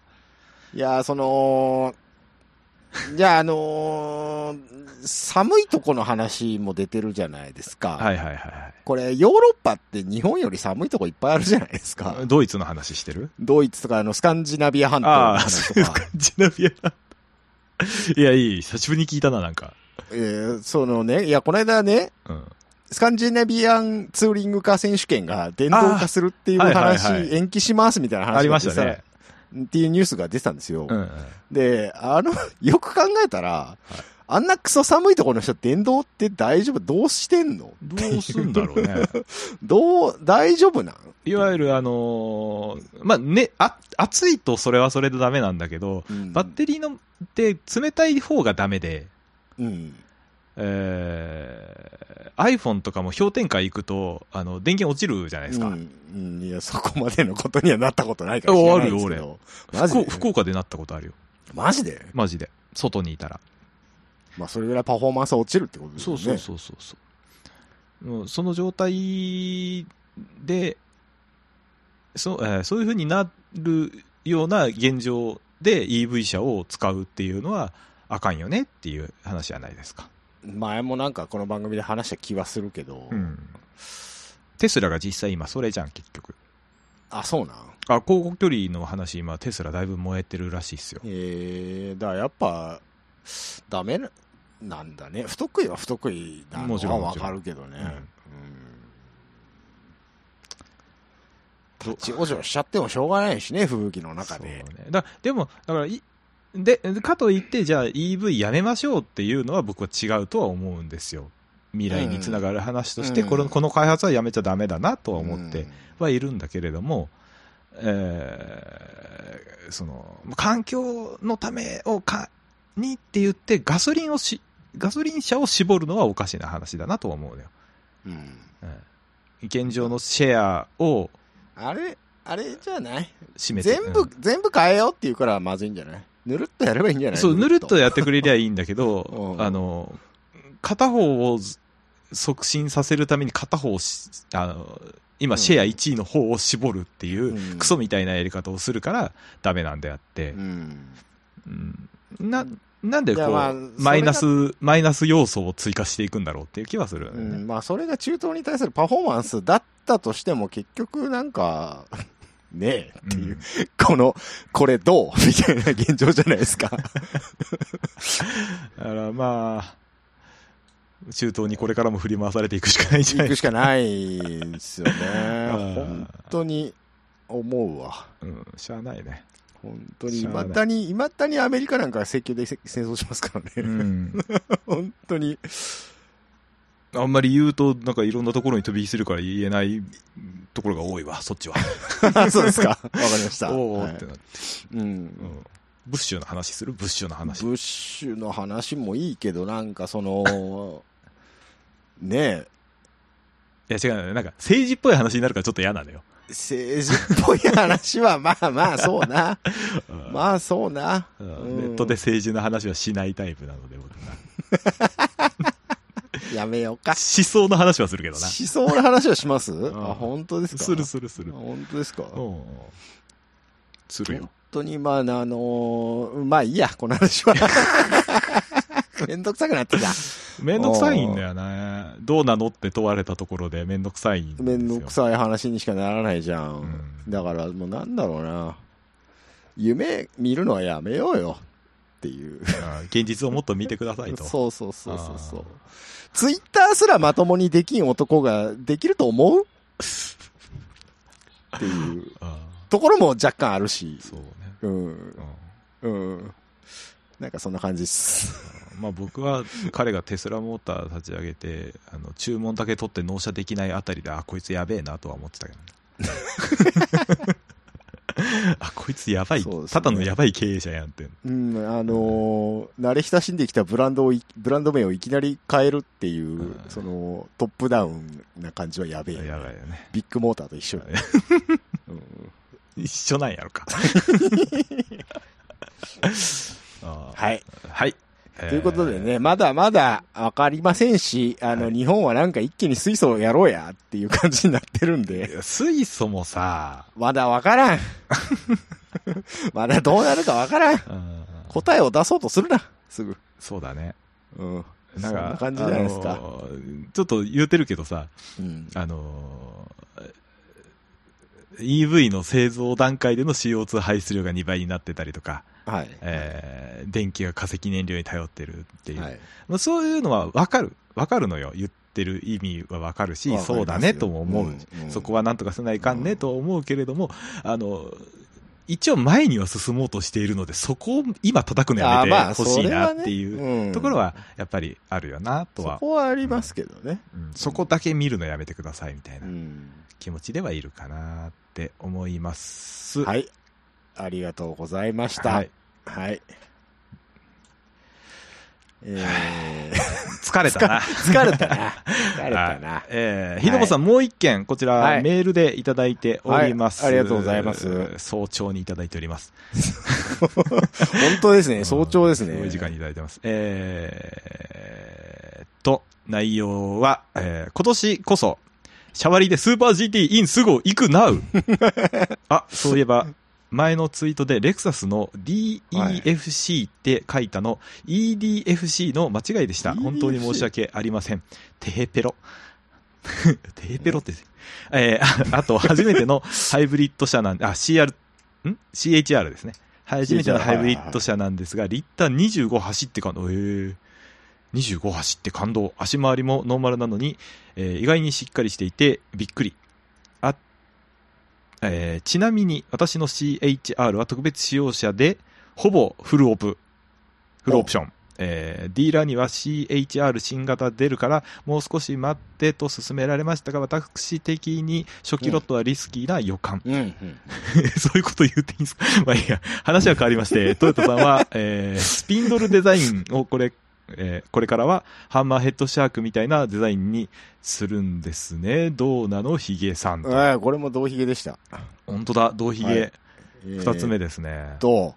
[SPEAKER 1] いやー、その、じゃあ、あのー寒いとこの話も出てるじゃないですか。
[SPEAKER 2] はいはいはい
[SPEAKER 1] これ、ヨーロッパって日本より寒いとこいっぱいあるじゃないですか
[SPEAKER 2] はい。。ドイツの話してる
[SPEAKER 1] ドイツとか、あの、スカンジナビア半島の
[SPEAKER 2] ああ、
[SPEAKER 1] 話
[SPEAKER 2] そうい
[SPEAKER 1] と
[SPEAKER 2] う
[SPEAKER 1] か
[SPEAKER 2] 感。じのビアだいや、いい。久しぶりに聞いたな、なんか。
[SPEAKER 1] えーそのね、いや、この間ね、
[SPEAKER 2] うん。
[SPEAKER 1] スカンジナビアンツーリングカー選手権が電動化するっていう
[SPEAKER 2] あーはいはい
[SPEAKER 1] 話、
[SPEAKER 2] はい
[SPEAKER 1] 延期しますみたいな話が
[SPEAKER 2] ありましたね。
[SPEAKER 1] 出たっていうニュースが出てたんですよ。
[SPEAKER 2] うんうん。
[SPEAKER 1] で、あの、よく考えたら、あんなクソ寒いところの人電動って大丈夫どうしてんの
[SPEAKER 2] どうすんだろうね。
[SPEAKER 1] どう、大丈夫なん
[SPEAKER 2] いわゆる、あのーまあ、ね、あ、暑いとそれはそれでダメなんだけど、
[SPEAKER 1] うん
[SPEAKER 2] バッテリーの、って冷たい方がダメで、
[SPEAKER 1] うん。
[SPEAKER 2] えー、iPhone とかも氷点下行くと、あの、電源落ちるじゃないですか。
[SPEAKER 1] うん。うんいや、そこまでのことにはなったことないから知らないですけ
[SPEAKER 2] ある
[SPEAKER 1] ど。マジ
[SPEAKER 2] 福
[SPEAKER 1] で
[SPEAKER 2] 福岡でなったことあるよ。
[SPEAKER 1] マジで
[SPEAKER 2] マジで。外にいたら。
[SPEAKER 1] まあ、それぐらいパフォーマンスは落ちるってことですよね。
[SPEAKER 2] そうそうそう。もうその状態で、そ,、えーそういうふうになるような現状で EV 車を使うっていうのはあかんよねっていう話じゃないですか。
[SPEAKER 1] 前もなんかこの番組で話した気はするけど、
[SPEAKER 2] うん。テスラが実際今それじゃん、結局。
[SPEAKER 1] あ、そうなん
[SPEAKER 2] あ、広告距離の話今テスラだいぶ燃えてるらしいっすよ。
[SPEAKER 1] えー、だからやっぱ、ダメななんだね。不得意は不得意なの
[SPEAKER 2] もち
[SPEAKER 1] は
[SPEAKER 2] ろんも
[SPEAKER 1] わ
[SPEAKER 2] ちろん
[SPEAKER 1] かるけどね。
[SPEAKER 2] うん
[SPEAKER 1] うん。立ち往生しちゃってもしょうがないしね、吹雪の中
[SPEAKER 2] そうね
[SPEAKER 1] で。。
[SPEAKER 2] だでも、だからい、で、かといって、じゃあ EV やめましょうっていうのは僕は違うとは思うんですよ。未来につながる話として、
[SPEAKER 1] うん
[SPEAKER 2] こ
[SPEAKER 1] う
[SPEAKER 2] の
[SPEAKER 1] ん
[SPEAKER 2] この開発はやめちゃダメだなとは思っ
[SPEAKER 1] う
[SPEAKER 2] て
[SPEAKER 1] ん
[SPEAKER 2] はいるんだけれども、えーその、環境のためをか、にって言ってガソリンをし、ガソリン車を絞るのはおかしな話だなとは思うのよ。
[SPEAKER 1] うん。
[SPEAKER 2] うん現状のシェアを
[SPEAKER 1] あれ、あれじゃない
[SPEAKER 2] 占めて
[SPEAKER 1] 全部、全部変えようっていうからまずいんじゃないぬるっとやればいいん じゃない、
[SPEAKER 2] そう、ぬるっとやってくれりゃいいんだけど
[SPEAKER 1] うん
[SPEAKER 2] あの、片方をず促進させるために片方をし、あの、今シェア1位の方を絞るっていう、
[SPEAKER 1] うん
[SPEAKER 2] クソみたいなやり方をするからダメなんであって
[SPEAKER 1] う、ん。
[SPEAKER 2] うんな、なんでこ、
[SPEAKER 1] いうやまあ
[SPEAKER 2] マイナス、マイナス要素を追加していくんだろうっていう気はするよ
[SPEAKER 1] う
[SPEAKER 2] ね、
[SPEAKER 1] ん、まあそれが中東に対するパフォーマンスだったとしても結局なんか ねえっていう、
[SPEAKER 2] うん
[SPEAKER 1] この、これどうみたいな現状じゃないですか。
[SPEAKER 2] だからまあ、中東にこれからも振り回されていくしかないんじゃな
[SPEAKER 1] 行
[SPEAKER 2] い
[SPEAKER 1] く
[SPEAKER 2] で
[SPEAKER 1] しかないですよね。
[SPEAKER 2] ん
[SPEAKER 1] 本当に思うわ。
[SPEAKER 2] うん、しゃあないね。
[SPEAKER 1] 本当に、
[SPEAKER 2] し
[SPEAKER 1] い
[SPEAKER 2] ゃあない
[SPEAKER 1] まだに、いまだにアメリカなんか積極的に戦争しますからね。
[SPEAKER 2] ん。
[SPEAKER 1] 本当に。
[SPEAKER 2] あんまり言うと、なんかいろんなところに飛び火するから言えないところが多いわ、そっ ちは。
[SPEAKER 1] そうですか。わかりました。
[SPEAKER 2] おお
[SPEAKER 1] は
[SPEAKER 2] っ
[SPEAKER 1] い
[SPEAKER 2] てなって。
[SPEAKER 1] うん
[SPEAKER 2] う。んブッシュの話するブッシュの話。
[SPEAKER 1] ブッシュの話もいいけど、なんかその、ね
[SPEAKER 2] いや違うのよなんか政治っぽい話になるからちょっと嫌なのよ。
[SPEAKER 1] え、政治っぽい話はまあまあそうな。まあそうな。
[SPEAKER 2] うん
[SPEAKER 1] うん
[SPEAKER 2] ネットで政治の話はしないタイプなので、僕は。
[SPEAKER 1] やめよう
[SPEAKER 2] 思
[SPEAKER 1] か。
[SPEAKER 2] 想の話はするけどな。
[SPEAKER 1] し そうな話はします
[SPEAKER 2] ん
[SPEAKER 1] あ、本当ですか
[SPEAKER 2] するするする
[SPEAKER 1] あ。本当ですか
[SPEAKER 2] うんするよ
[SPEAKER 1] 本。当に、まあ、あのーまあいいや、この話 は。めんどくさくなってきた。
[SPEAKER 2] めんどくさいんだよね。どうなのって問われたところでめんどくさいんですよ。
[SPEAKER 1] めんどくさい話にしかならないじゃん。
[SPEAKER 2] うん
[SPEAKER 1] だから、もうなんだろうな。夢見るのはやめようよ。っていう。
[SPEAKER 2] あー現実をもっと見てくださいと。
[SPEAKER 1] そうそうそうそうそう
[SPEAKER 2] あー。
[SPEAKER 1] ツイッターすらまともにできん男ができると思うっていう
[SPEAKER 2] あ
[SPEAKER 1] ところも若干あるし
[SPEAKER 2] ー。そうね。
[SPEAKER 1] うん。
[SPEAKER 2] う
[SPEAKER 1] うん。なんかそんな感じっす。
[SPEAKER 2] んまあ僕は彼がテスラモーター立ち上げて、あの注文だけ取って納車できないあたりで、あ、こいつやべえなとは思ってたけど ね。あ、こいつやばい、
[SPEAKER 1] そうですね
[SPEAKER 2] ただのやばい経営者やんって。
[SPEAKER 1] うん、あのー慣れ親しんできたブランドをい、ブランド名をいきなり変えるっていう、
[SPEAKER 2] うん
[SPEAKER 1] その、トップダウンな感じはやべえよね。
[SPEAKER 2] やばいよね。
[SPEAKER 1] ビッグモーターと一緒よね。 うん
[SPEAKER 2] 一緒なんやろ か。あー
[SPEAKER 1] はい。
[SPEAKER 2] はい。と
[SPEAKER 1] ということでね、まだまだわかりませんし、あの、
[SPEAKER 2] はい
[SPEAKER 1] 日本はなんか一気に水素をやろうやっていう感じになってるんで、
[SPEAKER 2] 水素もさ、
[SPEAKER 1] まだわからん。 まだどうなるかわからん。
[SPEAKER 2] うん
[SPEAKER 1] 答えを出そうとするな、すぐ。
[SPEAKER 2] そうだね。
[SPEAKER 1] うん。
[SPEAKER 2] なんか、
[SPEAKER 1] そんな感じじゃないですか
[SPEAKER 2] あのーちょっと言うてるけどさ、
[SPEAKER 1] うん。
[SPEAKER 2] あのー EV の製造段階での CO2 排出量が2倍になってたりとか、
[SPEAKER 1] はい。
[SPEAKER 2] えー電気が化石燃料に頼ってるっていう、
[SPEAKER 1] はい。
[SPEAKER 2] まあ、そういうのは分かる、分かるのよ、言ってる意味は分かるし、
[SPEAKER 1] わかりますよ
[SPEAKER 2] そうだねとも思う、
[SPEAKER 1] うんうん
[SPEAKER 2] そこはなんとかせないかんねと思うけれども、あの一応、前には進もうとしているので、そこを今叩くのやめてほしいなっていう
[SPEAKER 1] う
[SPEAKER 2] ところは、やっぱりあるよなと
[SPEAKER 1] そ
[SPEAKER 2] は、
[SPEAKER 1] こはありますけどね。
[SPEAKER 2] うんそこだけ見るのやめてくださいみたいな。
[SPEAKER 1] うん。
[SPEAKER 2] 気持ちではいるかなって思います。。
[SPEAKER 1] はいい。ありがとうございました。
[SPEAKER 2] はい
[SPEAKER 1] はい。えー、
[SPEAKER 2] 疲れたな。
[SPEAKER 1] 疲れたな。疲れた
[SPEAKER 2] は。
[SPEAKER 1] ない
[SPEAKER 2] えー、ひどこさん、もう一件、こちら、
[SPEAKER 1] はい
[SPEAKER 2] メールでいただいております、
[SPEAKER 1] はいありがとうございます
[SPEAKER 2] 早朝にいただいております。
[SPEAKER 1] 本当ですね、早朝ですね。
[SPEAKER 2] ごい時間にいただいてます。えー、と、内容は、えー今年こそ、シャワリでスーパー GT in すご行くな うあ、そういえば、前のツイートでレクサスの DEFC って書いたの、EDFC の間違いでした。本当に申し訳ありません。テヘペロ。テヘペロって、えーああと、初めてのハイブリッド車なんで、あ、CR、ん ?CHR ですね。初めてのハイブリッド車なんですが、リッター25走って感動。えー、25走って感動。足回りもノーマルなのに、えー意外にしっかりしていて、びっくり。あ、えーちなみに、私の CHR は特別使用車で、ほぼフルオプ。フルオプション。えーディーラーには CHR 新型出るから、もう少し待ってと勧められましたが、私的に初期ロットはリスキーな予感。
[SPEAKER 1] うん、うん。
[SPEAKER 2] そういうこと言っていいんですか まあいいや、話は変わりま して、トヨタさんは、えースピンドルデザインをこれ、えーこれからはハンマーヘッドシャークみたいなデザインにするんですね。どうなのヒゲさん。
[SPEAKER 1] ああ、これも同ひげでした。
[SPEAKER 2] 本当だ、同ヒゲ、
[SPEAKER 1] 二
[SPEAKER 2] 二つ目
[SPEAKER 1] で。
[SPEAKER 2] ですね。
[SPEAKER 1] と、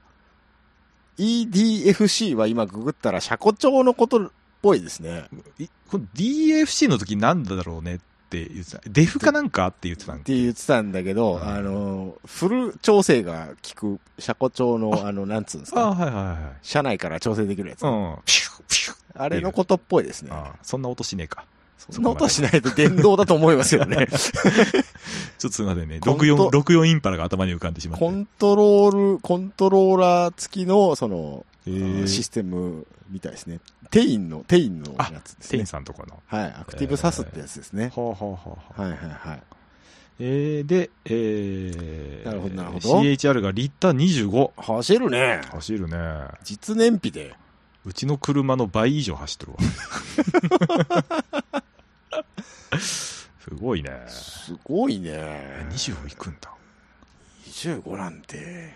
[SPEAKER 1] EDFC は今ググったら、車庫帳のことっぽいですね。
[SPEAKER 2] いこの DFC の時なんだろうねって言ってた。デフかなんかって言ってたん
[SPEAKER 1] っ
[SPEAKER 2] だ
[SPEAKER 1] て言ってたんだけど、あの、フル調整が効く、車庫帳の、あの、なんつうんです
[SPEAKER 2] あ
[SPEAKER 1] か。
[SPEAKER 2] はいはいはい。
[SPEAKER 1] 車内から調整できるやつ。
[SPEAKER 2] うん。ピュッピュッ
[SPEAKER 1] あれのことっぽいですね。
[SPEAKER 2] あーそんな音しねえか。
[SPEAKER 1] そんな音はしないと電動だと思いますよね。
[SPEAKER 2] ちちょっとすみませんね。
[SPEAKER 1] コント
[SPEAKER 2] 64、64インパラが頭に浮かんでしまった
[SPEAKER 1] コ。ントロール、コントローラー付きの、その、
[SPEAKER 2] えー
[SPEAKER 1] システムみたいですね。テインの、テインのやつです
[SPEAKER 2] テイ
[SPEAKER 1] ね
[SPEAKER 2] ン。さんとこの。は
[SPEAKER 1] はい、アクティブサスってやつですね。
[SPEAKER 2] あ、はあはあはあ、
[SPEAKER 1] はいはいはい。
[SPEAKER 2] えー、で、えー、
[SPEAKER 1] なるほどなるほど
[SPEAKER 2] CHR がリッター25。
[SPEAKER 1] 走るね。
[SPEAKER 2] 走るね。
[SPEAKER 1] 実燃費で。
[SPEAKER 2] うちの車の倍以上走ってるわ。 すごいね。
[SPEAKER 1] すごいね。
[SPEAKER 2] 25いくんだ。
[SPEAKER 1] 25なんて。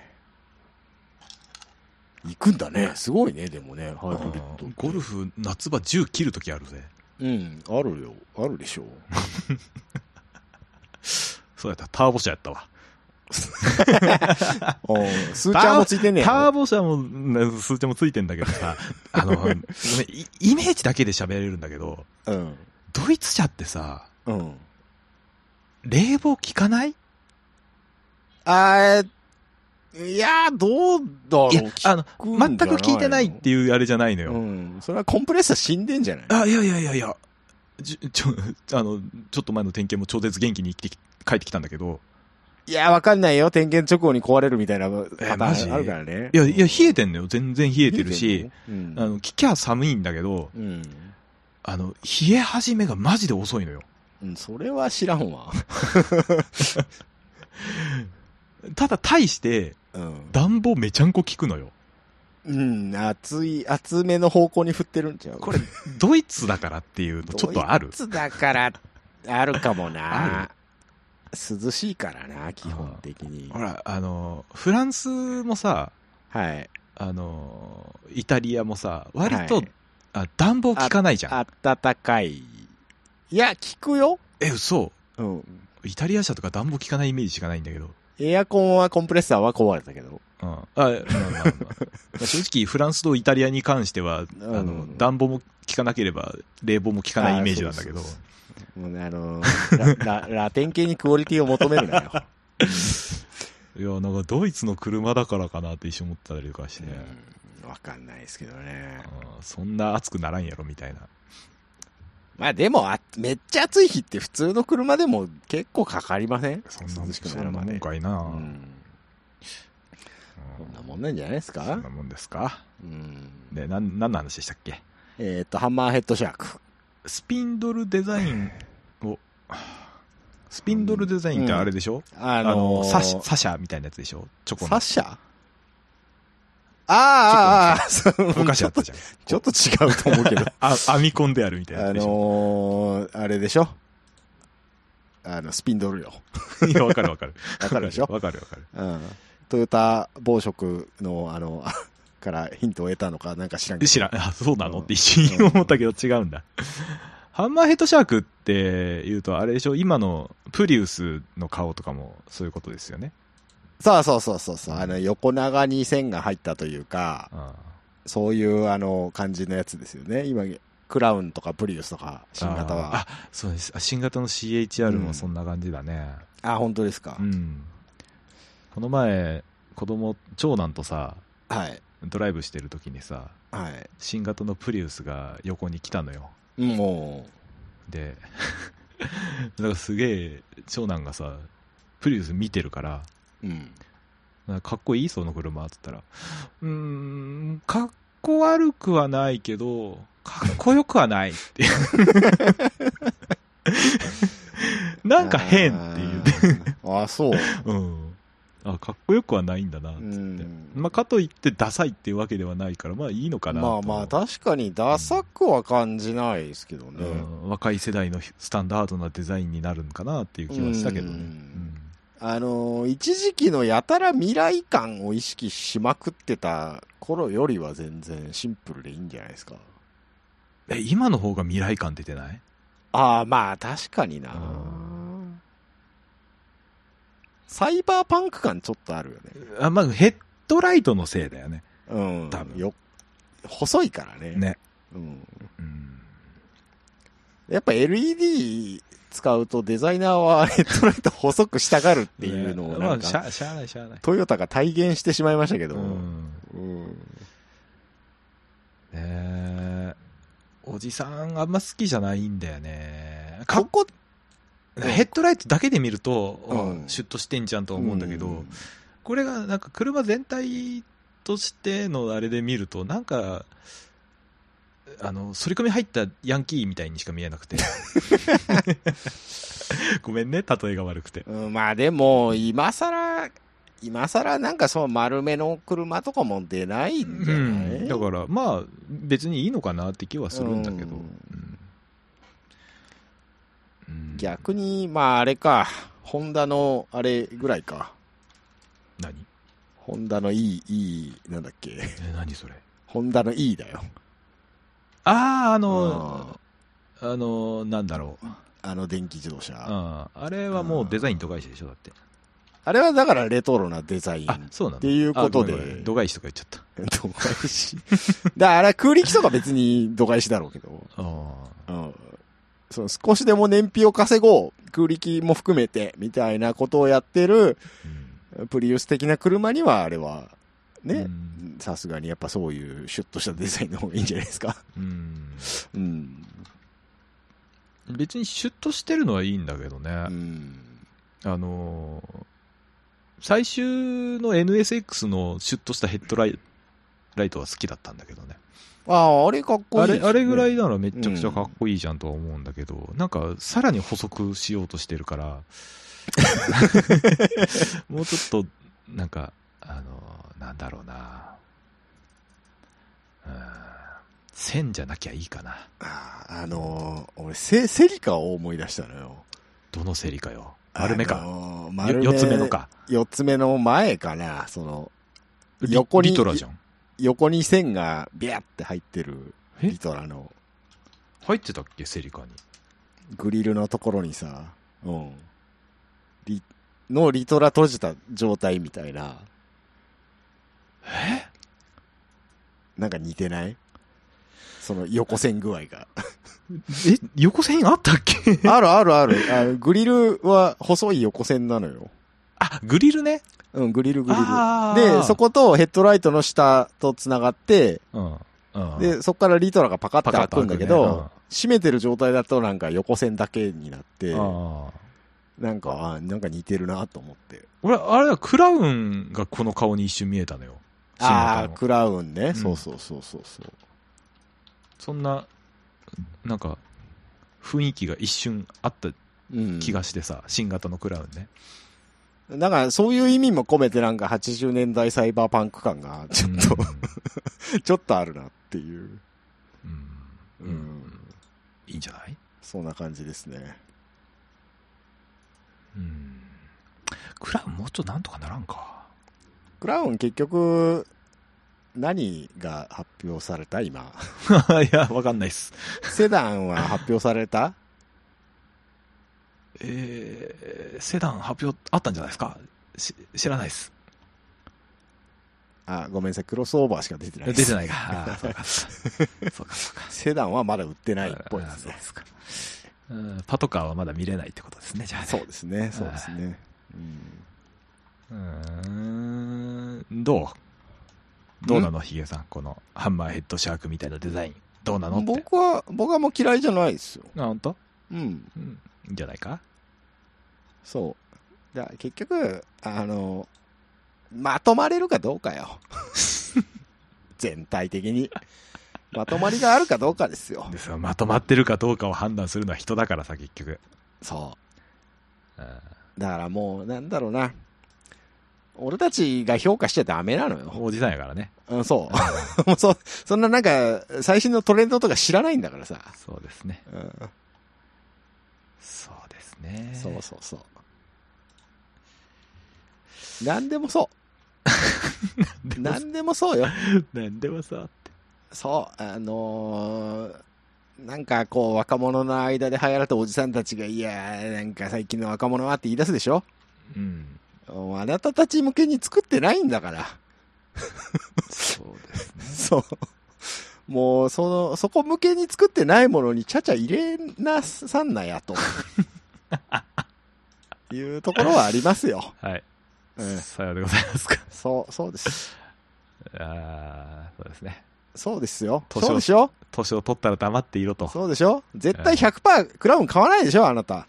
[SPEAKER 1] 行くんだね。すごいね、でもね、ハイブリッドって。
[SPEAKER 2] ゴルフ、夏場10切るときあるぜ。
[SPEAKER 1] うん、あるよ。あるでしょう。
[SPEAKER 2] そうやった、ターボ車やったわ。
[SPEAKER 1] あースーチャーもついてんねや
[SPEAKER 2] ターボ車も、ね数値もついてんだけど さ、あの、ごめんイイメージだけで喋れるんだけど、
[SPEAKER 1] うん。
[SPEAKER 2] ドイツ車ってさ、
[SPEAKER 1] うん。
[SPEAKER 2] 冷房効かない
[SPEAKER 1] あーいやー、どうだろう。
[SPEAKER 2] いや、あの、
[SPEAKER 1] くんじゃない
[SPEAKER 2] 全く効いてないっていうあれじゃないのよ。
[SPEAKER 1] うん。それはコンプレッサー死んでんじゃない
[SPEAKER 2] あ、いやいやいやいや、ちょ、ちょ、あの、ちょっと前の点検も超絶元気に生きてき、帰ってきたんだけど、
[SPEAKER 1] いや、わかんないよ。点検直後に壊れるみたいなパタ
[SPEAKER 2] えマジ
[SPEAKER 1] ーンあるからね。
[SPEAKER 2] いや、いや、冷えてんのよ。全然冷え
[SPEAKER 1] 冷
[SPEAKER 2] てるし、、
[SPEAKER 1] うん
[SPEAKER 2] あの、聞きゃ寒いんだけど、
[SPEAKER 1] うん。
[SPEAKER 2] あの、冷え始めがマジで遅いのよ。
[SPEAKER 1] うん、それは知らんわ。
[SPEAKER 2] ただ、対して、
[SPEAKER 1] うん。
[SPEAKER 2] 暖房めちゃんこ効くのよ。
[SPEAKER 1] うん、熱い、熱めの方向に振ってるんちゃう
[SPEAKER 2] これ、ドイツだからっていうの、ちょっとある
[SPEAKER 1] ドイツだから、あるかも
[SPEAKER 2] あ
[SPEAKER 1] な。涼しいからな、基本的に
[SPEAKER 2] ほ。ら、あの、フランスもさ、
[SPEAKER 1] はい。
[SPEAKER 2] あの、イタリアもさ、割と、
[SPEAKER 1] はい
[SPEAKER 2] あ暖房効かないじゃん。
[SPEAKER 1] 暖かい。いや、効くよ。
[SPEAKER 2] え、嘘
[SPEAKER 1] うん。
[SPEAKER 2] イタリア車とか暖房効かないイメージしかないんだけど。
[SPEAKER 1] エアコンはコンプレッサーは壊れたけど。
[SPEAKER 2] うん。あ、まあ まあまあ正直、フランスとイタリアに関しては、
[SPEAKER 1] うん
[SPEAKER 2] あの、暖房も効かなければ、冷房も効かないイメージなんだけど
[SPEAKER 1] あー。そうもうね、あのーラ、ラ ラテン系にクオリティを求める なよ。
[SPEAKER 2] いや、なんかドイツの車だからかなって一瞬思ったりとかしてね。
[SPEAKER 1] うんわかんないですけどね。
[SPEAKER 2] うんそんな暑くならんやろみたいな。
[SPEAKER 1] まあでもあ、めっちゃ暑い日って普通の車でも結構かかりません
[SPEAKER 2] そんな
[SPEAKER 1] 涼しくなるま
[SPEAKER 2] そんなもん
[SPEAKER 1] で。
[SPEAKER 2] かいな、
[SPEAKER 1] う
[SPEAKER 2] うん
[SPEAKER 1] ん。こんなもんなんじゃないです
[SPEAKER 2] そ
[SPEAKER 1] か
[SPEAKER 2] んなもんですか。
[SPEAKER 1] うん。
[SPEAKER 2] で、なん、何の話でしたっけ
[SPEAKER 1] えっと、ハンマーヘッドシャーク。
[SPEAKER 2] スピンドルデザインを、スピンドルデザインってあれでしょ、
[SPEAKER 1] あ
[SPEAKER 2] あの
[SPEAKER 1] のー
[SPEAKER 2] サシ、サシャみたいなやつでしょチョコの。
[SPEAKER 1] サッシャあーあー、あーそう
[SPEAKER 2] お菓子あったじゃん。
[SPEAKER 1] ちょっとちょっと違うと思うけ ど。
[SPEAKER 2] あ、編み込んであるみたいな
[SPEAKER 1] あ
[SPEAKER 2] やつでしょ、
[SPEAKER 1] のー、あれでしょあの、スピンドルよ。
[SPEAKER 2] いや、わかるわかる。
[SPEAKER 1] わかるでしょ
[SPEAKER 2] わかるわかる。
[SPEAKER 1] うん。トヨタ暴食の、あの、 からヒントを得たのかなんか知らんけど。
[SPEAKER 2] 知らん、あ、そうなの
[SPEAKER 1] うん
[SPEAKER 2] って一瞬思ったけど違うんだ。ハンマーヘッドシャークって言うと、あれでしょ今のプリウスの顔とかもそういうことですよね。
[SPEAKER 1] そうそうそうそうそう。あの、横長に線が入ったというか、
[SPEAKER 2] うん
[SPEAKER 1] そういう、あの、感じのやつですよね。今、クラウンとかプリウスとか、新型は。
[SPEAKER 2] あ
[SPEAKER 1] あ
[SPEAKER 2] ーあそうですあ新型の CHR もそんな感じだね
[SPEAKER 1] 本当ですか
[SPEAKER 2] う。ん、この前子供長男とさ
[SPEAKER 1] はい。
[SPEAKER 2] ドライブしてる時にさ
[SPEAKER 1] はい。
[SPEAKER 2] 新型のプリウスが横に来たのよ
[SPEAKER 1] も
[SPEAKER 2] で なんかすげえ長男がさプリウス見てるから
[SPEAKER 1] う、うん。
[SPEAKER 2] なんかかっこいいその車っつったらうーんかっこ悪くはないけどかっこよくはないって なんか変っていう
[SPEAKER 1] あー。あ、そう。
[SPEAKER 2] うん。あ、かっこよくはないんだな、つって。
[SPEAKER 1] うん
[SPEAKER 2] まあ、かといってダサいっていうわけではないから、まあいいのかなと。
[SPEAKER 1] まあまあ、確かにダサくは感じないですけど
[SPEAKER 2] う
[SPEAKER 1] ね。
[SPEAKER 2] ん、若い世代のスタンダードなデザインになるのかなっていう気はしたけどね。
[SPEAKER 1] うん
[SPEAKER 2] うん
[SPEAKER 1] あのー、一時期のやたら未来感を意識しまくってた頃よりは全然シンプルでいいんじゃないですか。
[SPEAKER 2] え、今の方が未来感出てない
[SPEAKER 1] ああ、まあ確かにな
[SPEAKER 2] うん。
[SPEAKER 1] サイバーパンク感ちょっとあるよね。
[SPEAKER 2] あ、まあヘッドライトのせいだよね。
[SPEAKER 1] うん。
[SPEAKER 2] 多分
[SPEAKER 1] よ細いからね。
[SPEAKER 2] ね。
[SPEAKER 1] うん。
[SPEAKER 2] うん。
[SPEAKER 1] やっぱ LED 使うとデザイナーはヘッドライト細くしたがるっていうのを
[SPEAKER 2] ま
[SPEAKER 1] な
[SPEAKER 2] あ、
[SPEAKER 1] ん
[SPEAKER 2] し
[SPEAKER 1] か、
[SPEAKER 2] ゃ、しゃあないしゃあない。
[SPEAKER 1] トヨタが体現してしまいましたけど。
[SPEAKER 2] うん。
[SPEAKER 1] うん
[SPEAKER 2] ねえおじさんあんま好きじゃないんだよね。
[SPEAKER 1] ここ、
[SPEAKER 2] ヘッドライトだけで見ると、
[SPEAKER 1] うん
[SPEAKER 2] シュッとしてんじゃんとは思うんだけど、
[SPEAKER 1] う
[SPEAKER 2] これがなんか車全体としてのあれで見ると、なんか、あの、反り込み入ったヤンキーみたいにしか見えなくて。 ごめんね、例えが悪くて。
[SPEAKER 1] うん、まあでも、今さら、今さらなんかその丸めの車とかも出ないんじゃない、
[SPEAKER 2] うんだから、まあ、別にいいのかなって気はするんだけど。
[SPEAKER 1] うん
[SPEAKER 2] うん
[SPEAKER 1] 逆に、まああれか、ホンダのあれぐらいか。
[SPEAKER 2] 何
[SPEAKER 1] ホンダの E、E、なんだっけ。
[SPEAKER 2] え何それ
[SPEAKER 1] ホンダの E だよ。
[SPEAKER 2] ああ、あの、
[SPEAKER 1] あ
[SPEAKER 2] あの、なんだろう。
[SPEAKER 1] あの電気自動車。
[SPEAKER 2] ああれはもうデザイン度外視でしょ、だって。
[SPEAKER 1] あれはだからレトロなデザイン。
[SPEAKER 2] あ、そうなの
[SPEAKER 1] っていうことで
[SPEAKER 2] あごめんごめん度外視とか言っちゃっ た。
[SPEAKER 1] 度外視。だからあれは空力とか別に度外視だろうけど。
[SPEAKER 2] あ
[SPEAKER 1] うん。その少しでも燃費を稼ごう。空力も含めて、みたいなことをやってる、
[SPEAKER 2] あ、うん
[SPEAKER 1] プリウス的な車には、あれは、
[SPEAKER 2] う
[SPEAKER 1] ね、
[SPEAKER 2] ん
[SPEAKER 1] さすがにやっぱそういうシュッとしたデザインの方がいいんじゃないですか。
[SPEAKER 2] うん
[SPEAKER 1] うん。
[SPEAKER 2] 別にシュッとしてるのはいいんだけどね。
[SPEAKER 1] うん。
[SPEAKER 2] あのー最終の NSX のシュッとしたヘッドライライトは好きだったんだけどね。
[SPEAKER 1] ああ、あれかっこい
[SPEAKER 2] あ
[SPEAKER 1] いです
[SPEAKER 2] れ、
[SPEAKER 1] ね、
[SPEAKER 2] あれぐらいならめっちゃくちゃかっこいいじゃんとは思うんだけど、なんか、さらに補足しようとしてる から、もうちょっと、なんか、あの、なんだろうな。うん線じゃなきゃいいかな。
[SPEAKER 1] あああのー俺、セ、セリカを思い出したのよ。
[SPEAKER 2] どのセリかよ。丸
[SPEAKER 1] あ
[SPEAKER 2] めか。
[SPEAKER 1] のー
[SPEAKER 2] よ
[SPEAKER 1] 丸め。
[SPEAKER 2] 四つ目の。か。
[SPEAKER 1] 四つ目の前かな。その、
[SPEAKER 2] リ
[SPEAKER 1] 横に
[SPEAKER 2] リトラじゃん。
[SPEAKER 1] 横に線がビャって入ってる
[SPEAKER 2] え
[SPEAKER 1] リトラの
[SPEAKER 2] 入ってたっけセリカに。
[SPEAKER 1] グリルのところにさ、うん。リ、のリトラ閉じた状態みたいな、
[SPEAKER 2] え
[SPEAKER 1] なんか似てないその横線具合が。
[SPEAKER 2] え、横線 あったっけ
[SPEAKER 1] あるあるある。 あのグリルは細い横線なのよ。
[SPEAKER 2] あ、グリルね。
[SPEAKER 1] うん、グリルグリ
[SPEAKER 2] あ
[SPEAKER 1] ル。
[SPEAKER 2] ー
[SPEAKER 1] で、そことヘッドライトの下と繋がって、
[SPEAKER 2] うん。うん、
[SPEAKER 1] で、そこからリトラがパカッて
[SPEAKER 2] パカッ
[SPEAKER 1] 開
[SPEAKER 2] と
[SPEAKER 1] くんだけ
[SPEAKER 2] 開くね
[SPEAKER 1] ど、閉めてる状態だとなんか横線だけになって、
[SPEAKER 2] ああ。
[SPEAKER 1] なんか、あなんか似てるなと思って。
[SPEAKER 2] 俺、あれだ、クラウンがこの顔に一瞬見えたのよ。新型
[SPEAKER 1] ああ、
[SPEAKER 2] の
[SPEAKER 1] クラウンね。
[SPEAKER 2] ん
[SPEAKER 1] そうそうそうそうそう。
[SPEAKER 2] そんな、なんか、雰囲気が一瞬あった
[SPEAKER 1] うん
[SPEAKER 2] 気がしてさ、新型のクラウンね。
[SPEAKER 1] だから、そういう意味も込めてなんか80年代サイバーパンク感が、ちょっと、ちょっとあるなっていう。
[SPEAKER 2] うん。うん。うん。いいんじゃない
[SPEAKER 1] そんな感じですね。
[SPEAKER 2] うん。クラウンもうちょっとなんとかならんか。
[SPEAKER 1] クラウン結局、何が発表された 今。
[SPEAKER 2] いや、わかんないっす。
[SPEAKER 1] セダンは発表された
[SPEAKER 2] えー、セダン発表あったんじゃないですかし知らないっす。
[SPEAKER 1] あ、ごめんなさい。クロスオーバーしか出てない
[SPEAKER 2] 出
[SPEAKER 1] です
[SPEAKER 2] て ないか。あーそうか。そうか、そうか。
[SPEAKER 1] セダンはまだ売ってないっぽいで
[SPEAKER 2] あー
[SPEAKER 1] す
[SPEAKER 2] そう
[SPEAKER 1] ね
[SPEAKER 2] で。すか。うんパトカーはまだ見れないってことですね、じゃあね、
[SPEAKER 1] そうですね。そうですね。
[SPEAKER 2] うーんどうどうなのヒゲさんこのハンマーヘッドシャークみたいなデザインどうな
[SPEAKER 1] う
[SPEAKER 2] のっ
[SPEAKER 1] ん、
[SPEAKER 2] て
[SPEAKER 1] 僕は、僕はもう嫌いじゃないですよ。
[SPEAKER 2] あ本当
[SPEAKER 1] うん。
[SPEAKER 2] うんいいんじゃないか
[SPEAKER 1] そう。だから結局、あの、まとまれるかどうか よ。全体的に。まとまりがあるかどうかですよ
[SPEAKER 2] で。すまとまってるかどうかを判断するのは人だからさ結局
[SPEAKER 1] そ
[SPEAKER 2] うん
[SPEAKER 1] う。だからもう、なんだろうな。俺たちが評価しちゃダメなのよ。
[SPEAKER 2] おじさんやか らね
[SPEAKER 1] うん、そう。もう そ、そんななんか、最新のトレンドとか知らないんだからさ。
[SPEAKER 2] そうですね
[SPEAKER 1] うん、
[SPEAKER 2] そうですね
[SPEAKER 1] そうそうそう。なんでもそ
[SPEAKER 2] で
[SPEAKER 1] う。
[SPEAKER 2] も
[SPEAKER 1] なんでもそうよ。
[SPEAKER 2] なんでもさって
[SPEAKER 1] そう、あのーなんかこう若者の間で流行るとおじさんたちが、いやー、なんか最近の若者はって言い出すでしょ
[SPEAKER 2] うん
[SPEAKER 1] うんあなたたち向けに作ってないんだから。
[SPEAKER 2] そうですね
[SPEAKER 1] そう。もう、その、そこ向けに作ってないものにちゃちゃ入れなさんなや、と。いうところはありますよ。
[SPEAKER 2] はい、
[SPEAKER 1] うん。
[SPEAKER 2] さようでございますか
[SPEAKER 1] そう、そうです。
[SPEAKER 2] ああそうですね
[SPEAKER 1] そうですよ。
[SPEAKER 2] 年を
[SPEAKER 1] そうでしょ
[SPEAKER 2] 年を取ったら黙っていろと
[SPEAKER 1] そうでしょ絶対100%クラウン買わないでしょあなた。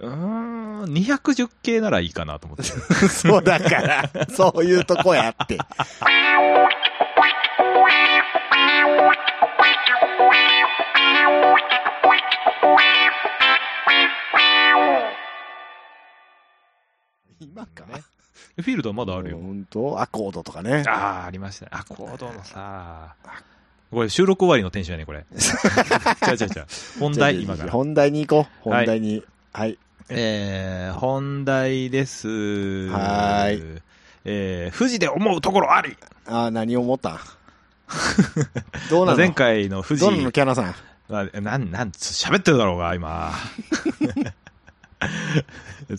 [SPEAKER 2] うーん、210系ならいいかなと思 って。
[SPEAKER 1] そうだから、そういうとこやって。今かね。
[SPEAKER 2] フィールドはまだあるよ。
[SPEAKER 1] 本当アコードとかね。
[SPEAKER 2] ああ、ありましたね。あ、コードのさ、これ収録終わりのテンションや ね、これ。ちゃうちゃうちゃう。本題、
[SPEAKER 1] じゃ
[SPEAKER 2] 今
[SPEAKER 1] あ
[SPEAKER 2] から。
[SPEAKER 1] 本題に行こう。
[SPEAKER 2] は
[SPEAKER 1] 本
[SPEAKER 2] い
[SPEAKER 1] 題に。はい。
[SPEAKER 2] えー、本題です。
[SPEAKER 1] はー
[SPEAKER 2] い。えー、富士で思うところあり
[SPEAKER 1] ああ、何を思った どうなの
[SPEAKER 2] 前回の富士
[SPEAKER 1] どうなのキャナさん。
[SPEAKER 2] あなん、なん、喋ってるだろうが、 今。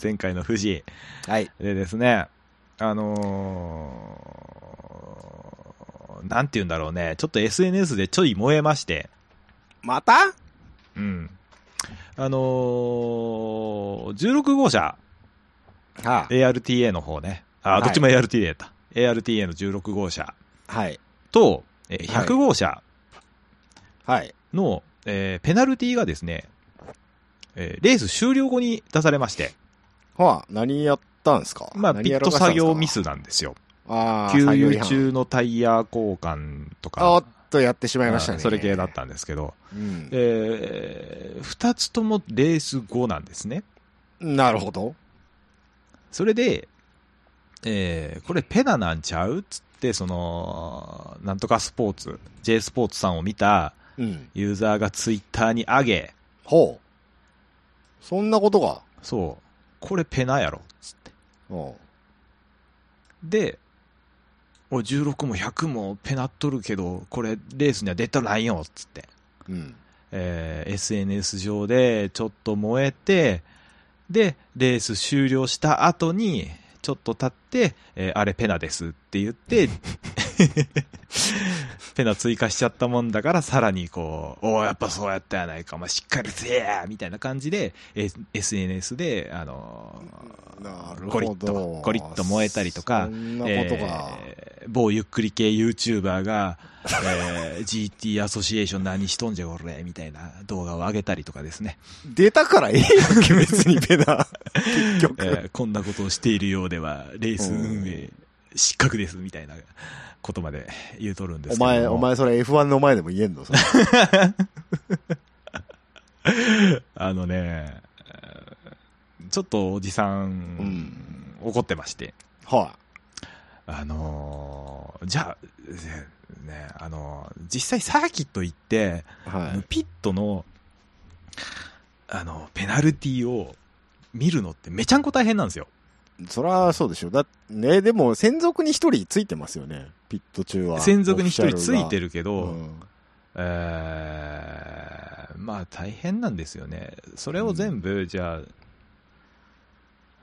[SPEAKER 2] 前回の富士。
[SPEAKER 1] はい。
[SPEAKER 2] でですね、あのーなんて言うんだろうね、ちょっと SNS でちょい燃えまして、
[SPEAKER 1] また
[SPEAKER 2] うん。あのー、16号車、
[SPEAKER 1] は
[SPEAKER 2] ARTA の方ね。あ、
[SPEAKER 1] はい
[SPEAKER 2] どっちも ARTA だった。ARTA の16号車
[SPEAKER 1] はい。
[SPEAKER 2] と、えー
[SPEAKER 1] はい
[SPEAKER 2] 100号車
[SPEAKER 1] はい。
[SPEAKER 2] の、えーペナルティがですね、えーレース終了後に出されまして、
[SPEAKER 1] はあ、何やったんすか
[SPEAKER 2] まあ、
[SPEAKER 1] 何
[SPEAKER 2] ピ
[SPEAKER 1] や
[SPEAKER 2] ッ
[SPEAKER 1] ら
[SPEAKER 2] ト
[SPEAKER 1] かしたん
[SPEAKER 2] 作
[SPEAKER 1] すか
[SPEAKER 2] 業ミスなんですよ。
[SPEAKER 1] ああ、
[SPEAKER 2] 給
[SPEAKER 1] 作業違
[SPEAKER 2] 油
[SPEAKER 1] 反
[SPEAKER 2] 中のタイヤ交換とか。
[SPEAKER 1] あーっと、やってしまいました
[SPEAKER 2] あ
[SPEAKER 1] ね。
[SPEAKER 2] それ系だっ。たんですけど、
[SPEAKER 1] うん。
[SPEAKER 2] えー、2つともレース後なんですね。
[SPEAKER 1] なるほど。
[SPEAKER 2] それで、えーこれペナなんちゃうっつって、その、なんとかスポーツ、J スポーツさんを見た
[SPEAKER 1] うん。
[SPEAKER 2] ユーザーがツイッターに上げ、
[SPEAKER 1] ほう。そんなことが。
[SPEAKER 2] そう、これペナやろ、つって。
[SPEAKER 1] うん。
[SPEAKER 2] で、おい16も100もペナっとるけど、これレースには出たないよ、つって。
[SPEAKER 1] うん。
[SPEAKER 2] えー SNS 上でちょっと燃えて、で、レース終了した後に、ちょっと経って、えーあれペナですって言って、 ペナ追加しちゃったもんだから、さらにこう、おーやっぱそうやったやないか、まあ、しっかりせえやみたいな感じで、え SNS で、あの
[SPEAKER 1] な
[SPEAKER 2] ー
[SPEAKER 1] るほど。
[SPEAKER 2] ゴリッと、ゴリッと燃えたりとか
[SPEAKER 1] そ、んなことが。
[SPEAKER 2] えー某ゆっくり系 YouTuber が、えー GT アソシエーション何しとんじゃこれみたいな動画を上げたりとかですね、
[SPEAKER 1] 出たからええやんけ、別にペナ。結
[SPEAKER 2] え
[SPEAKER 1] 局。
[SPEAKER 2] ーこんなことをしているようではレース運営失格ですみたいなことまで言うとるんで
[SPEAKER 1] お
[SPEAKER 2] すけども
[SPEAKER 1] 前、お前それ F1 の前でも言えんのそ れ
[SPEAKER 2] あのねえーちょっとおじさん、怒ってまして
[SPEAKER 1] は
[SPEAKER 2] あのーじゃあねねあのー実際サーキット行って
[SPEAKER 1] い。は
[SPEAKER 2] ピットの、あの、ペナルティを見るのってめちゃんこ大変なんですよ。
[SPEAKER 1] い。そらそうでしょ。だね、でも専属に一人ついてますよね。ピット中は。
[SPEAKER 2] 専属に一人ついて
[SPEAKER 1] る。
[SPEAKER 2] るけ
[SPEAKER 1] う
[SPEAKER 2] ど、
[SPEAKER 1] ん。
[SPEAKER 2] えーまあ大変なんですよね。それを全部、じゃ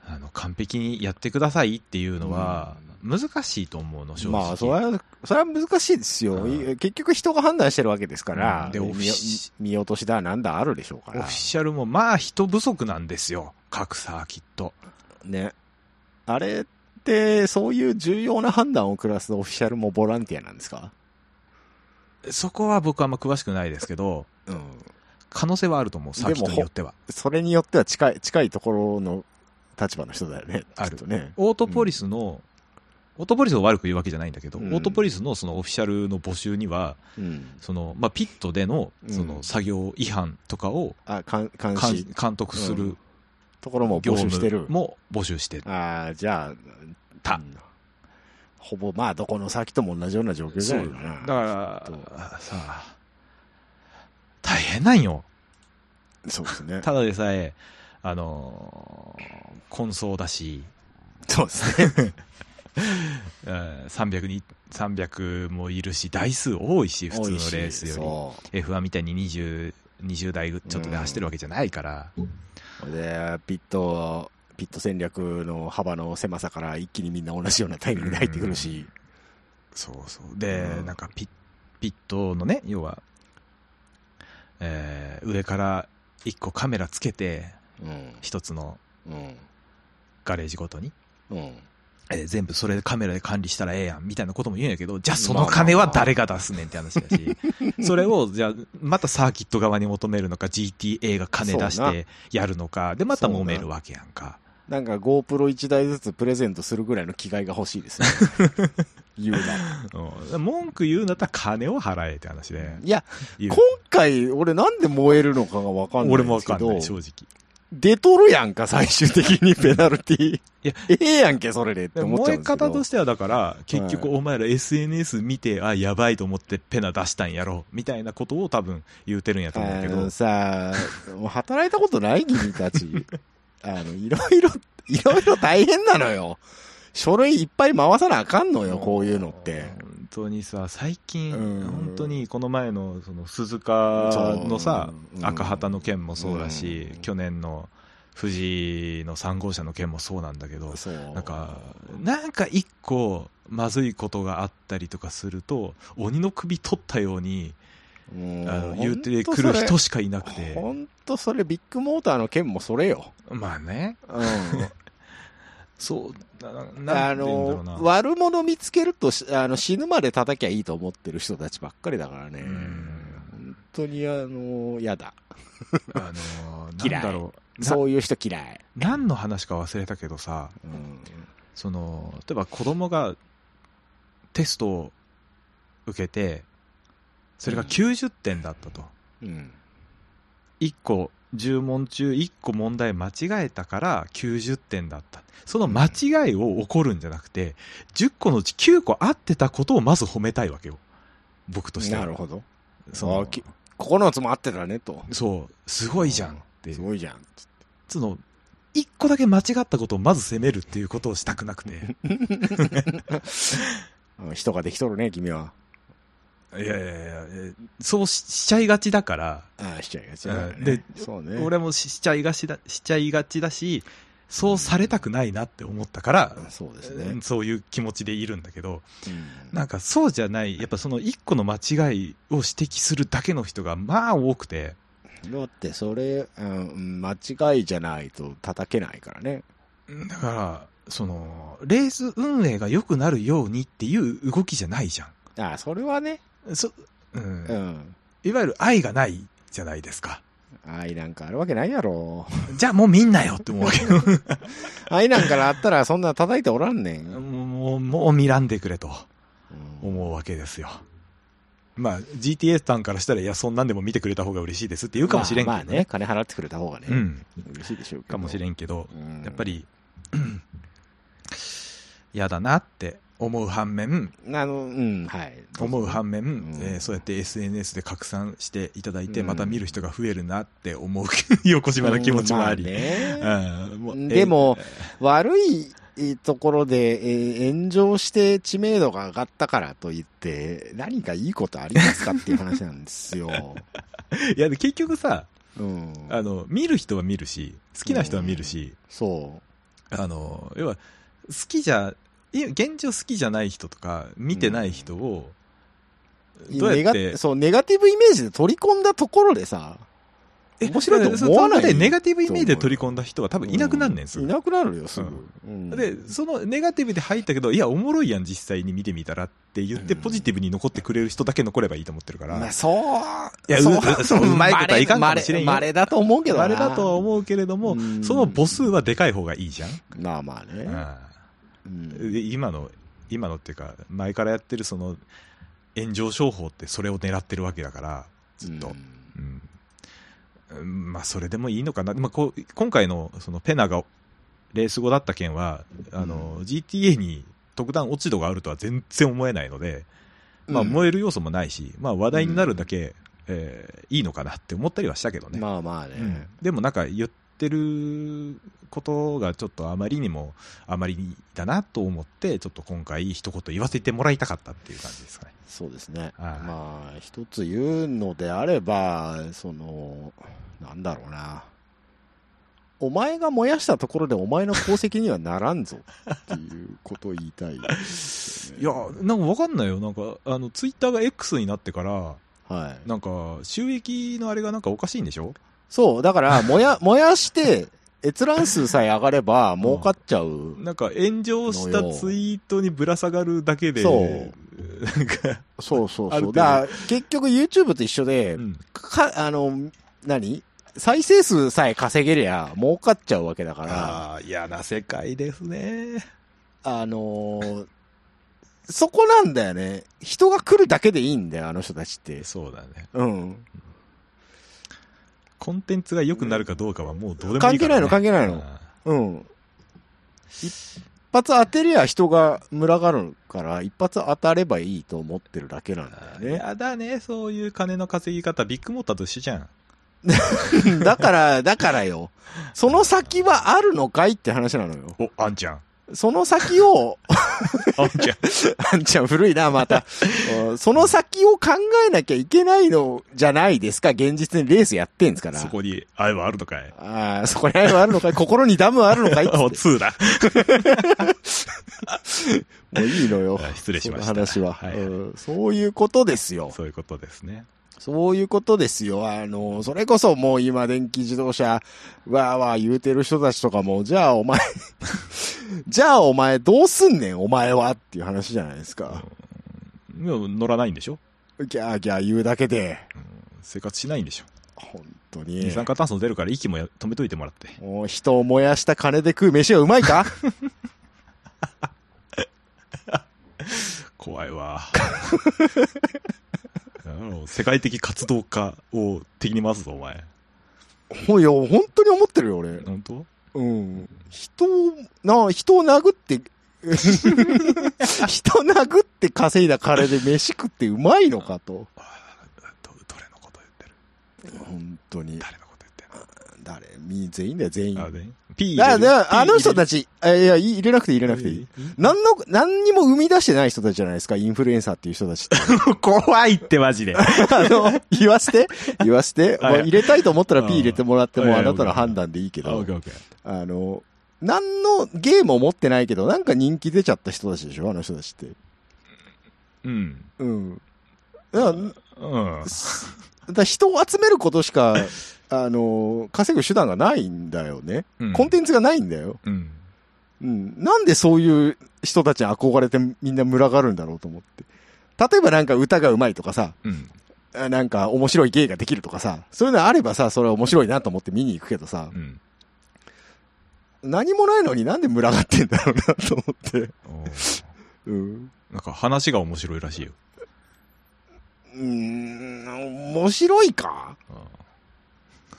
[SPEAKER 2] あ、あの、完璧にやってくださいっていうのは、難しいと思うの、正直。
[SPEAKER 1] まあ、それは、それは難しいですよ。
[SPEAKER 2] うん
[SPEAKER 1] い結局人が判断してるわけですから、
[SPEAKER 2] うんで
[SPEAKER 1] 見
[SPEAKER 2] オフィシ
[SPEAKER 1] 見見落としだ、なんだあるでしょうか
[SPEAKER 2] オフ
[SPEAKER 1] ら
[SPEAKER 2] ィ。シャルも、まあ人不足なんですよ。各サーキット。
[SPEAKER 1] ね。あれって、そういう重要な判断を下すオフィシャルもボランティアなんですか
[SPEAKER 2] そこは僕はあんま詳しくないですけど、
[SPEAKER 1] うん。
[SPEAKER 2] 可能性はあると思う、サーキットによっては。
[SPEAKER 1] それによっては近い、近いところの立場の人だよね。
[SPEAKER 2] ある
[SPEAKER 1] きっとね。
[SPEAKER 2] オートポリスの、オートポリスを悪く言うわけじゃないんだけど、
[SPEAKER 1] うん
[SPEAKER 2] オートポリスのそのオフィシャルの募集には、
[SPEAKER 1] うん。
[SPEAKER 2] そのまあ、ピットでの
[SPEAKER 1] うん
[SPEAKER 2] その作業違反とかを
[SPEAKER 1] あ、監監
[SPEAKER 2] 監,、
[SPEAKER 1] 視
[SPEAKER 2] 監督する
[SPEAKER 1] ところも
[SPEAKER 2] 業
[SPEAKER 1] 募集して
[SPEAKER 2] 務
[SPEAKER 1] る。
[SPEAKER 2] も募集してる、
[SPEAKER 1] ああ、じゃあ、
[SPEAKER 2] た
[SPEAKER 1] うんほぼ、まあ、どこの先とも同じような状況じゃないかな。
[SPEAKER 2] だか
[SPEAKER 1] きっ
[SPEAKER 2] らさあ、大変なんよ、
[SPEAKER 1] とそうですね。
[SPEAKER 2] た だでさえ、あのー、混走だし、
[SPEAKER 1] そうですね。
[SPEAKER 2] えー300, に300もいるし、台数多いし、普通のレースより。
[SPEAKER 1] そう
[SPEAKER 2] F1 みたいに 20, 20代ちょっとで走ってるわけじゃないから、
[SPEAKER 1] で、ピット、ピット戦略の幅の狭さから一気にみんな同じようなタイミングで入ってくるし、
[SPEAKER 2] そうそうで、
[SPEAKER 1] うん
[SPEAKER 2] なんかピッピットのね要は、えー上から1個カメラつけて
[SPEAKER 1] うん、
[SPEAKER 2] 1つの
[SPEAKER 1] うん、
[SPEAKER 2] ガレージごとに、
[SPEAKER 1] うん、
[SPEAKER 2] えー全部それカメラで管理したらええやんみたいなことも言うんやけど、じゃあその金は誰が出すねんって話 だし、それをじゃあまたサーキット側に求めるのか、GTA が金出
[SPEAKER 1] そう
[SPEAKER 2] してやるのか、でまた揉めるわけやんか。
[SPEAKER 1] なんか GoPro1 台ずつプレゼントするぐらいの気概が欲しい ですね。言うな。
[SPEAKER 2] うん文句言うんだったら金を払えって話で。
[SPEAKER 1] いや、
[SPEAKER 2] 言う
[SPEAKER 1] 今回俺なんで燃えるのかがわかんない
[SPEAKER 2] 俺
[SPEAKER 1] ん
[SPEAKER 2] も
[SPEAKER 1] で
[SPEAKER 2] わ
[SPEAKER 1] すけ
[SPEAKER 2] かん
[SPEAKER 1] ど
[SPEAKER 2] ない、、正直。
[SPEAKER 1] 出とるやんか、最終的にペナルティ。い
[SPEAKER 2] や、
[SPEAKER 1] ええやんけ、それでって
[SPEAKER 2] でも
[SPEAKER 1] 思っちゃ
[SPEAKER 2] 燃
[SPEAKER 1] う
[SPEAKER 2] え
[SPEAKER 1] んですけど。
[SPEAKER 2] 方としてはだから、結局お前ら SNS 見て、あ、やばいと思ってペナ出したんやろ、みたいなことを多分言うてるんやと思うんやけ
[SPEAKER 1] あ
[SPEAKER 2] ど
[SPEAKER 1] の。さ、もう働いたことない君たち。 あの、いろいろ、 いろいろ大変なのよ。書類いっぱい回さなあかんのよ、こういうのって。
[SPEAKER 2] 本当にさ、最近、
[SPEAKER 1] うん
[SPEAKER 2] 本当にこの前のその鈴鹿のさ
[SPEAKER 1] そ、う
[SPEAKER 2] 赤旗の件もそうだし、
[SPEAKER 1] うん
[SPEAKER 2] 去年の富士の3号車の件もそうなんだけど、
[SPEAKER 1] そう。
[SPEAKER 2] なんか、なんか一個、まずいことがあったりとかすると、鬼の首取ったように、
[SPEAKER 1] もう、
[SPEAKER 2] あの言うてくる人しかいなくて、
[SPEAKER 1] ほんとそれ、ビッグモーターの件もそれよ。
[SPEAKER 2] まあね、 そう、ななんて
[SPEAKER 1] あ
[SPEAKER 2] 言うんだろうな
[SPEAKER 1] の、。悪者見つけるとしあの死ぬまで叩きゃいいと思ってる人たちばっかりだからね。
[SPEAKER 2] うん
[SPEAKER 1] 本当に、あの、やだ。
[SPEAKER 2] あのー、なんだろう。な
[SPEAKER 1] そういう人嫌い。
[SPEAKER 2] 何の話か忘れたけどさ、
[SPEAKER 1] うん
[SPEAKER 2] その例えば子供がテストを受けてそれが90点だったと、
[SPEAKER 1] うん。
[SPEAKER 2] 1個10問中1個問題間違えたから90点だったその間違いを怒るんじゃなくて10個のうち9個合ってたことをまず褒めたいわけよ僕としては
[SPEAKER 1] なるほど。
[SPEAKER 2] その
[SPEAKER 1] あき9つも合ってたねと。
[SPEAKER 2] そうすごいじゃんって
[SPEAKER 1] すごいじゃん。
[SPEAKER 2] その1個だけ間違ったことをまず責めるっていうことをしたくなくて
[SPEAKER 1] うん人ができとるね、君は。
[SPEAKER 2] いやいやいやえそうししちゃいがちだから
[SPEAKER 1] ああ、しちゃいがちだからね。
[SPEAKER 2] で
[SPEAKER 1] そうね。
[SPEAKER 2] 俺もししちゃいがしだ、しちゃいがちだし、そうされたくないなって思ったから、
[SPEAKER 1] うんそうです
[SPEAKER 2] う
[SPEAKER 1] ね
[SPEAKER 2] ん。そういう気持ちでいるんだけど、
[SPEAKER 1] うん
[SPEAKER 2] なんかそうじゃない、やっぱその一個の間違いを指摘するだけの人がまあ多くて、
[SPEAKER 1] だって、それ、うん間違いじゃないと叩けないからね。
[SPEAKER 2] だから、その、レース運営が良くなるようにっていう動きじゃないじゃ
[SPEAKER 1] ああ、それはね。
[SPEAKER 2] ん。そ、う。
[SPEAKER 1] うんん。
[SPEAKER 2] いわゆる愛がないじゃないですか。
[SPEAKER 1] 愛なんかあるわけないやろ。
[SPEAKER 2] じゃあもうみんなよって思うわけど、
[SPEAKER 1] 愛なんかあったら、そんな叩いておらんねん。うん
[SPEAKER 2] もう、もう見らんでくれと。思うわけですよ。まあ、GTA さんからしたら、いや、そんなんでも見てくれた方が嬉しいですって言うかもしれんけど、
[SPEAKER 1] まあまあね、金払ってくれた方がね。
[SPEAKER 2] うん。
[SPEAKER 1] 嬉しいでしょうけど。
[SPEAKER 2] かもしれんけど、
[SPEAKER 1] うん。
[SPEAKER 2] やっぱり、嫌だなって思う反面、
[SPEAKER 1] あの、うん、はい。
[SPEAKER 2] 思う反面、
[SPEAKER 1] ん
[SPEAKER 2] えーそうやって SNS で拡散していただいて、
[SPEAKER 1] うん
[SPEAKER 2] また見る人が増えるなって思う、 横島な気持ちもあり。
[SPEAKER 1] うんまね
[SPEAKER 2] うんもう
[SPEAKER 1] でも、悪いところで、えー炎上して知名度が上がったからといって、何かいいことありますかっていう話なんです よ。
[SPEAKER 2] えーいや、結局さ、
[SPEAKER 1] うん。
[SPEAKER 2] あの、見る人は見るし、好きな人は見るし、
[SPEAKER 1] そ
[SPEAKER 2] あの、要は、好きじゃ、い現状好きじゃない人とか、見てない人を、
[SPEAKER 1] う。
[SPEAKER 2] どうやっ
[SPEAKER 1] ネ
[SPEAKER 2] て
[SPEAKER 1] ガ、そう、ネガティブイメージで取り込んだところでさ、
[SPEAKER 2] え
[SPEAKER 1] 面白いと思わない
[SPEAKER 2] そのネガティブイメージで取り込んだ人は多分いなくなんねんす
[SPEAKER 1] う
[SPEAKER 2] ぐ
[SPEAKER 1] いなくなるよ、すぐ。うん
[SPEAKER 2] で、そのネガティブで入ったけど、いや、おもろいやん、実際に見てみたらって言って、
[SPEAKER 1] うん
[SPEAKER 2] ポジティブに残ってくれる人だけ残ればいいと思ってるから。
[SPEAKER 1] まあ、そう。
[SPEAKER 2] いやうそううまいことはいかんかもしれんよ
[SPEAKER 1] まれだと思うけどな
[SPEAKER 2] あれだとは思うけれども、
[SPEAKER 1] うん
[SPEAKER 2] その母数はでかい方がいいじゃん。
[SPEAKER 1] まあまあね。
[SPEAKER 2] うんで今の、今のっていうか、前からやってるその、炎上商法ってそれを狙ってるわけだから、ずっと。
[SPEAKER 1] うん
[SPEAKER 2] うん、まあそれでもいいのかな、まあ、こう今回のそのペナがレース後だった件はあの、
[SPEAKER 1] う
[SPEAKER 2] GTA に特段落ち度があるとは全然思えないので、まあ、
[SPEAKER 1] うん
[SPEAKER 2] 燃える要素もないし、まあ、話題になるだけ、えーいいのかなって思ったりはしたけどね、
[SPEAKER 1] まあまあ
[SPEAKER 2] う
[SPEAKER 1] ね
[SPEAKER 2] ん。でもなんか言ってることがちょっとあまりにもあまりだなと思ってちょっと今回一言言わせてもらいたかったっていう感じですかね。
[SPEAKER 1] そうですね。
[SPEAKER 2] はい
[SPEAKER 1] まあ、一つ言うのであれば、その、なんだろうな。お前が燃やしたところでお前の功績にはならんぞっていうことを言いたいですよ
[SPEAKER 2] い
[SPEAKER 1] ね、
[SPEAKER 2] やなんかわかんないよなんかあのツイッターが X になってから
[SPEAKER 1] はい。
[SPEAKER 2] なんか、収益のあれがなんかおかしいんでしょ
[SPEAKER 1] そう、だから、燃や、燃やして、閲覧数さえ上がれば儲かっちゃう。
[SPEAKER 2] なんか炎上したツイートにぶら下がるだけで、
[SPEAKER 1] そう
[SPEAKER 2] なんか、
[SPEAKER 1] そうそう
[SPEAKER 2] ある
[SPEAKER 1] そう。
[SPEAKER 2] 程度
[SPEAKER 1] だから、結局 YouTube と一緒で
[SPEAKER 2] う、ん
[SPEAKER 1] か、あの、何再生数さえ稼げりゃ儲かっちゃうわけだから、
[SPEAKER 2] ああ、嫌な世界ですね。
[SPEAKER 1] あのーそこなんだよね。人が来るだけでいいんだよ、あの人たちって。
[SPEAKER 2] そうだね。
[SPEAKER 1] うん。
[SPEAKER 2] コンテンツが良くなるかどうかはもうどうでもい
[SPEAKER 1] 関
[SPEAKER 2] い
[SPEAKER 1] 係
[SPEAKER 2] から、
[SPEAKER 1] ないの、
[SPEAKER 2] ね。
[SPEAKER 1] 関係ないの。うん。一発当てりゃ人が群がるから、一発当たればいいと思ってるだけなん
[SPEAKER 2] あ
[SPEAKER 1] だ
[SPEAKER 2] ー
[SPEAKER 1] よね。
[SPEAKER 2] やだね、そういう金の稼ぎ方、ビッグモーターと一緒じゃん。
[SPEAKER 1] だから、だからよ。その先はあるのかいって話なのよ。
[SPEAKER 2] お、あんちゃん。
[SPEAKER 1] その先を、
[SPEAKER 2] あん ちゃん。
[SPEAKER 1] あんちゃん古いな、また。うんその先を考えなきゃいけないのじゃないですか。現実にレースやってんですから。
[SPEAKER 2] そこに愛はあるのかい。
[SPEAKER 1] ああ、そこに愛はあるのかい 心にダムはあるのかいっつ
[SPEAKER 2] お、
[SPEAKER 1] っ
[SPEAKER 2] ツーだ。
[SPEAKER 1] て。もういいのよ
[SPEAKER 2] あ。失礼しました
[SPEAKER 1] その話は、
[SPEAKER 2] はい
[SPEAKER 1] うんそういうことですよ。
[SPEAKER 2] そういうことですね。
[SPEAKER 1] そういうことですよ。あの、それこそもう今電気自動車、わーわー言うてる人たちとかも、じゃあお前、 じゃあお前どうすんねんお前はっていう話じゃないですか。
[SPEAKER 2] でも乗らないんでしょ、
[SPEAKER 1] ギャーギャー言うだけで、
[SPEAKER 2] うん生活しないんでしょ、
[SPEAKER 1] 本当に
[SPEAKER 2] 二。酸化炭素出るから息もや止めといてもらって。
[SPEAKER 1] もう人を燃やした金で食う飯はうまいか
[SPEAKER 2] 怖い わ。なんだろう世界的活動家を敵に回すぞ、お前。
[SPEAKER 1] ほいや、本当に思ってるよ、俺。
[SPEAKER 2] 本当
[SPEAKER 1] うん。人を、な、人を殴って、人を殴って稼いだ金で飯食ってうまいのかと。
[SPEAKER 2] どどれのこと言ってる
[SPEAKER 1] 本当に。
[SPEAKER 2] 誰のこと言っ
[SPEAKER 1] 誰み全員だよ、全員。
[SPEAKER 2] てるあ、で、P
[SPEAKER 1] だ
[SPEAKER 2] 入れる
[SPEAKER 1] だあの人た
[SPEAKER 2] ち
[SPEAKER 1] ち、あいや、い入れなくていい入れなくていい。。何の、何にも生み出してない人たちじゃないですか、インフルエンサーっていう人たちって。
[SPEAKER 2] 怖いってマジ で。
[SPEAKER 1] あの、言わせて、言わせて、
[SPEAKER 2] はい
[SPEAKER 1] まあ入れたいと思ったら P 入れてもらって
[SPEAKER 2] あ
[SPEAKER 1] も
[SPEAKER 2] はい
[SPEAKER 1] あ
[SPEAKER 2] はい
[SPEAKER 1] なたの判断でいいけ
[SPEAKER 2] あ、
[SPEAKER 1] ど
[SPEAKER 2] オッケ、ーオッケー。
[SPEAKER 1] あの、何のゲームを持ってないけど、なんか人気出ちゃった人たちでしょ、あの人たちって。
[SPEAKER 2] うん。
[SPEAKER 1] うん。だから
[SPEAKER 2] うん。
[SPEAKER 1] だから人を集めることし か、あの、稼ぐ手段がないんだよね。
[SPEAKER 2] うん
[SPEAKER 1] コンテンツがないんだよ。
[SPEAKER 2] うん。
[SPEAKER 1] うん、なんでそういう人たちに憧れてみんな群がるんだろうと思って。例えばなんか歌が上手いとかさ、
[SPEAKER 2] うん。
[SPEAKER 1] あなんか面白い芸ができるとかさ、そういうのあればさ、それは面白いなと思って見に行くけどさ、
[SPEAKER 2] うん。
[SPEAKER 1] 何もないのになんで群がってんだろうなと思って。
[SPEAKER 2] おー
[SPEAKER 1] うん。
[SPEAKER 2] なんか話が面白いらしいよ。
[SPEAKER 1] うーん、面白いか
[SPEAKER 2] うん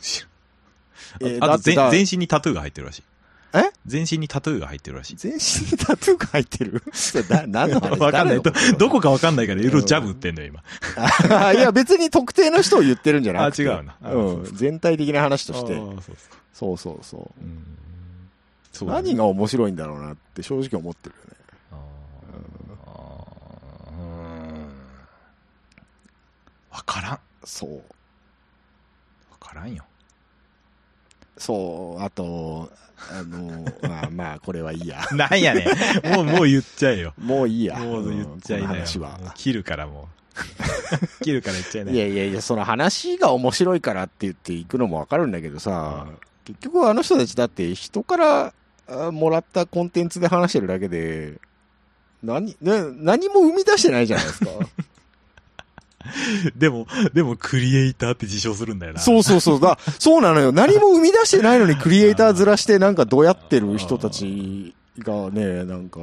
[SPEAKER 2] 知らん
[SPEAKER 1] えーだ
[SPEAKER 2] あと
[SPEAKER 1] って
[SPEAKER 2] 全
[SPEAKER 1] だ
[SPEAKER 2] 全身にタトゥーが入ってるらしい。
[SPEAKER 1] え
[SPEAKER 2] 全身にタトゥーが入ってるらしい。
[SPEAKER 1] 全身にタトゥーが入ってるそれだ、何の話
[SPEAKER 2] わかんない。ど、どこかわかんないからいろいろ
[SPEAKER 1] うん
[SPEAKER 2] ジャブ打ってんのよ、今。
[SPEAKER 1] あいや、別に特定の人を言ってるんじゃなくて。。
[SPEAKER 2] あ違うなあそううそうん
[SPEAKER 1] 全体的な話とし
[SPEAKER 2] あ
[SPEAKER 1] て。
[SPEAKER 2] ーそ
[SPEAKER 1] そう
[SPEAKER 2] うそう
[SPEAKER 1] そうそう。
[SPEAKER 2] うんそうだね
[SPEAKER 1] 何が面白いんだろうなって正直思ってるよね。
[SPEAKER 2] あーあーうんわからん。わ
[SPEAKER 1] そう。
[SPEAKER 2] からんよ。
[SPEAKER 1] そう。あと、あの、まあまあ、これはいいや。
[SPEAKER 2] なんやねん。もう、もう言っちゃえよ。
[SPEAKER 1] もういいや。
[SPEAKER 2] もう言っちゃい
[SPEAKER 1] うん
[SPEAKER 2] な
[SPEAKER 1] この
[SPEAKER 2] よ
[SPEAKER 1] 話。
[SPEAKER 2] もう
[SPEAKER 1] は。
[SPEAKER 2] 切るからも う。切るから言っちゃいないよ。
[SPEAKER 1] やいやいや、その話が面白いからって言っていくのもわかるんだけどさ
[SPEAKER 2] うん、
[SPEAKER 1] 結局あの人たちだって人からあもらったコンテンツで話してるだけで、何、ね、何も生み出してないじゃない ですか。
[SPEAKER 2] でも、でもクリエイターって自称するんだよな。。
[SPEAKER 1] そううそうそう。だ、そうなのよ。何も生み出してないのにクリエイターずらしてなんかどうやってる人たちがね、なんか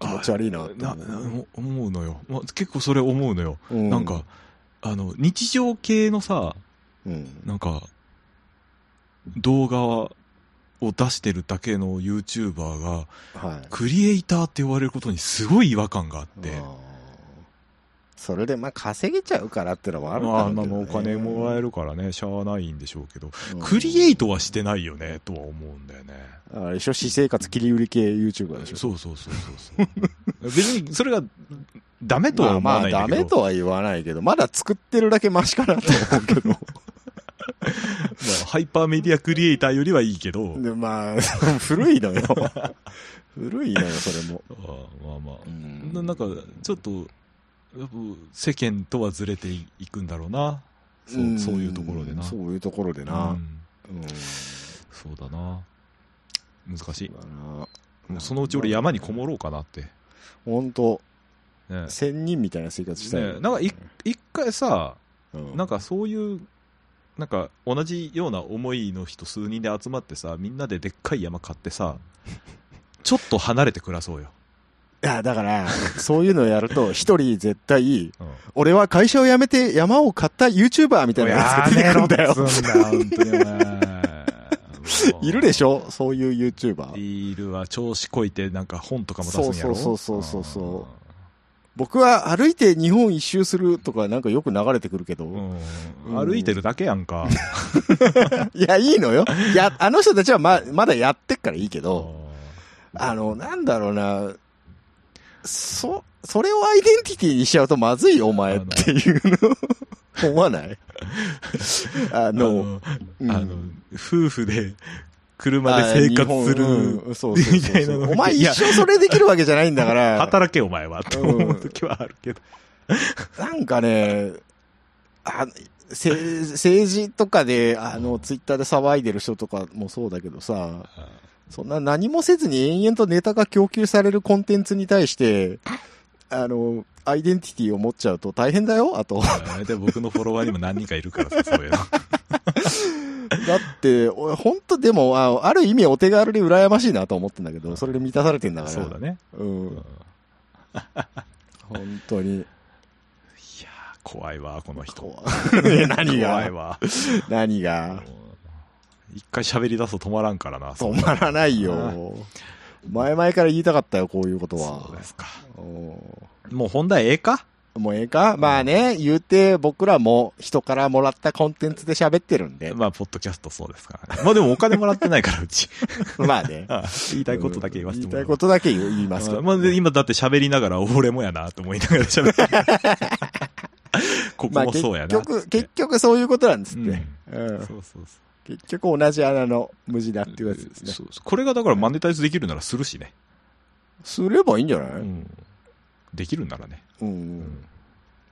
[SPEAKER 1] 気持ち悪いなって
[SPEAKER 2] な、
[SPEAKER 1] 思
[SPEAKER 2] な
[SPEAKER 1] う。
[SPEAKER 2] 思思うのよ。ま結構それ思うのよ。
[SPEAKER 1] う
[SPEAKER 2] なんか、、あの、日常系のさ、
[SPEAKER 1] うん。
[SPEAKER 2] なんか、動画を出してるだけの YouTuber が、
[SPEAKER 1] はい。
[SPEAKER 2] クリエイターって言われることにすごい違和感があって、
[SPEAKER 1] あーそれで、まあ、稼げちゃうからってのもあるんだ
[SPEAKER 2] ま
[SPEAKER 1] ろ
[SPEAKER 2] あ
[SPEAKER 1] うけ
[SPEAKER 2] ま
[SPEAKER 1] ど
[SPEAKER 2] あ
[SPEAKER 1] ね、
[SPEAKER 2] まあお金もらえるからね、しゃあないんでしょうけど、
[SPEAKER 1] うん
[SPEAKER 2] クリエイトはしてないよね、とは思うんだよね。
[SPEAKER 1] あれでしょ私生活切り売り系 YouTuber でしょ
[SPEAKER 2] そうそうそうそうそう。 別に、それが、ダメとは思
[SPEAKER 1] まあ
[SPEAKER 2] わ
[SPEAKER 1] ま
[SPEAKER 2] な
[SPEAKER 1] あ
[SPEAKER 2] い
[SPEAKER 1] ダ
[SPEAKER 2] んだけ
[SPEAKER 1] メ
[SPEAKER 2] ど。
[SPEAKER 1] とは言わないけど、まだ作ってるだけマシかなと思うけど。
[SPEAKER 2] まあハイパーメディアクリエイターよりはいいけど、
[SPEAKER 1] でまあ、古いのよ。古いのよ、それも。
[SPEAKER 2] ああまあまあ
[SPEAKER 1] う、ん
[SPEAKER 2] ななんか、ちょっと、やっぱ世間とはずれていくんだろうな。そうそういうところでな。
[SPEAKER 1] そういうところでな。
[SPEAKER 2] うん
[SPEAKER 1] うん
[SPEAKER 2] そうだな。難しい。
[SPEAKER 1] だな
[SPEAKER 2] もうそのうち俺山にこもろうかなって。ね
[SPEAKER 1] 本当
[SPEAKER 2] え
[SPEAKER 1] 仙人みたいな生活したい、
[SPEAKER 2] ねえなんかい一回さ、
[SPEAKER 1] うん
[SPEAKER 2] なんかそういう、なんか同じような思いの人数人で集まってさ、みんなででっかい山買って さ、ちょっと離れて暮らそうよ。
[SPEAKER 1] いや、だから、そういうのをやると、一人絶対、
[SPEAKER 2] うん、
[SPEAKER 1] 俺は会社を辞めて山を買った YouTuber みたいなやつが出てくるんだよ。
[SPEAKER 2] やめろっつうんだよ本当にお前
[SPEAKER 1] いるでしょそういう
[SPEAKER 2] デ
[SPEAKER 1] YouTuber。
[SPEAKER 2] ィールは調子こいてなんか本とかも出すんやろ
[SPEAKER 1] そうそうそうそうそう僕は歩いて日本一周するとかなんかよく流れてくるけど、
[SPEAKER 2] うんうん歩いてるだけやんか
[SPEAKER 1] いや、いいの よ。いや、あの人たちはま、まだやってっからいいけ
[SPEAKER 2] う
[SPEAKER 1] ど、
[SPEAKER 2] ん
[SPEAKER 1] あの、なんだろうな、そ、それをアイデンティティにしちゃうとまずいよお前っていうの 思わ ないあ
[SPEAKER 2] あ
[SPEAKER 1] の、
[SPEAKER 2] の
[SPEAKER 1] うん
[SPEAKER 2] あの夫婦で車で生活す
[SPEAKER 1] あー日
[SPEAKER 2] る
[SPEAKER 1] 本うんそうそう
[SPEAKER 2] み
[SPEAKER 1] そ
[SPEAKER 2] た
[SPEAKER 1] う
[SPEAKER 2] いなの
[SPEAKER 1] お前
[SPEAKER 2] い
[SPEAKER 1] 一
[SPEAKER 2] や
[SPEAKER 1] 生それできるわけじゃないんだから、
[SPEAKER 2] 働けお前はって思う時はあるけど
[SPEAKER 1] なんかね、あせ政治とかで、あの、ツイッターで騒いでる人とかもそうだけどさ、そんな何もせずに延々とネタが供給されるコンテンツに対して、あの、アイデンティティを持っちゃうと大変だよ、あと。
[SPEAKER 2] うんで僕のフォロワーにも何人かいるからさそういうの
[SPEAKER 1] だって、俺ほんとでも、あある意味お手軽で羨ましいなと思ってんだけど、それで満たされてんだから。
[SPEAKER 2] そうだね
[SPEAKER 1] う
[SPEAKER 2] うんい
[SPEAKER 1] ん。本当に。
[SPEAKER 2] やー怖いわこの人
[SPEAKER 1] 怖い 何が
[SPEAKER 2] 怖いわ
[SPEAKER 1] 何が
[SPEAKER 2] 一回喋り出すと止まらんからな。
[SPEAKER 1] 止まらないよ。前々から言いたかったよ、こういうことは。
[SPEAKER 2] そうですか。
[SPEAKER 1] お
[SPEAKER 2] もう本題ええか
[SPEAKER 1] ーもうええかまあね、言うて僕らも人からもらったコンテンツで喋ってるんで。
[SPEAKER 2] まあ、ポッドキャストそうですからね。まあでもお金もらってないから、うち。
[SPEAKER 1] まあね。
[SPEAKER 2] ああ 言いたいことだけ言わせてもら
[SPEAKER 1] 言
[SPEAKER 2] う。
[SPEAKER 1] いたいことだけ言いますけ
[SPEAKER 2] あ
[SPEAKER 1] ど。
[SPEAKER 2] あまあで今だって喋りながら、俺もやなと思いながら喋ってる。 こ
[SPEAKER 1] ま
[SPEAKER 2] こ
[SPEAKER 1] あ
[SPEAKER 2] も
[SPEAKER 1] 結
[SPEAKER 2] そうやなっつっ
[SPEAKER 1] 局、
[SPEAKER 2] て。
[SPEAKER 1] 結局そういうことなんですって。う
[SPEAKER 2] うん
[SPEAKER 1] ん
[SPEAKER 2] そうそうそ
[SPEAKER 1] 結局同じ穴の無地だっていう
[SPEAKER 2] う
[SPEAKER 1] やつですね。
[SPEAKER 2] そうそうこれがだからマネタイズできるならするしね。
[SPEAKER 1] すればいいんじゃないううん
[SPEAKER 2] んできるならね。
[SPEAKER 1] う。
[SPEAKER 2] うんん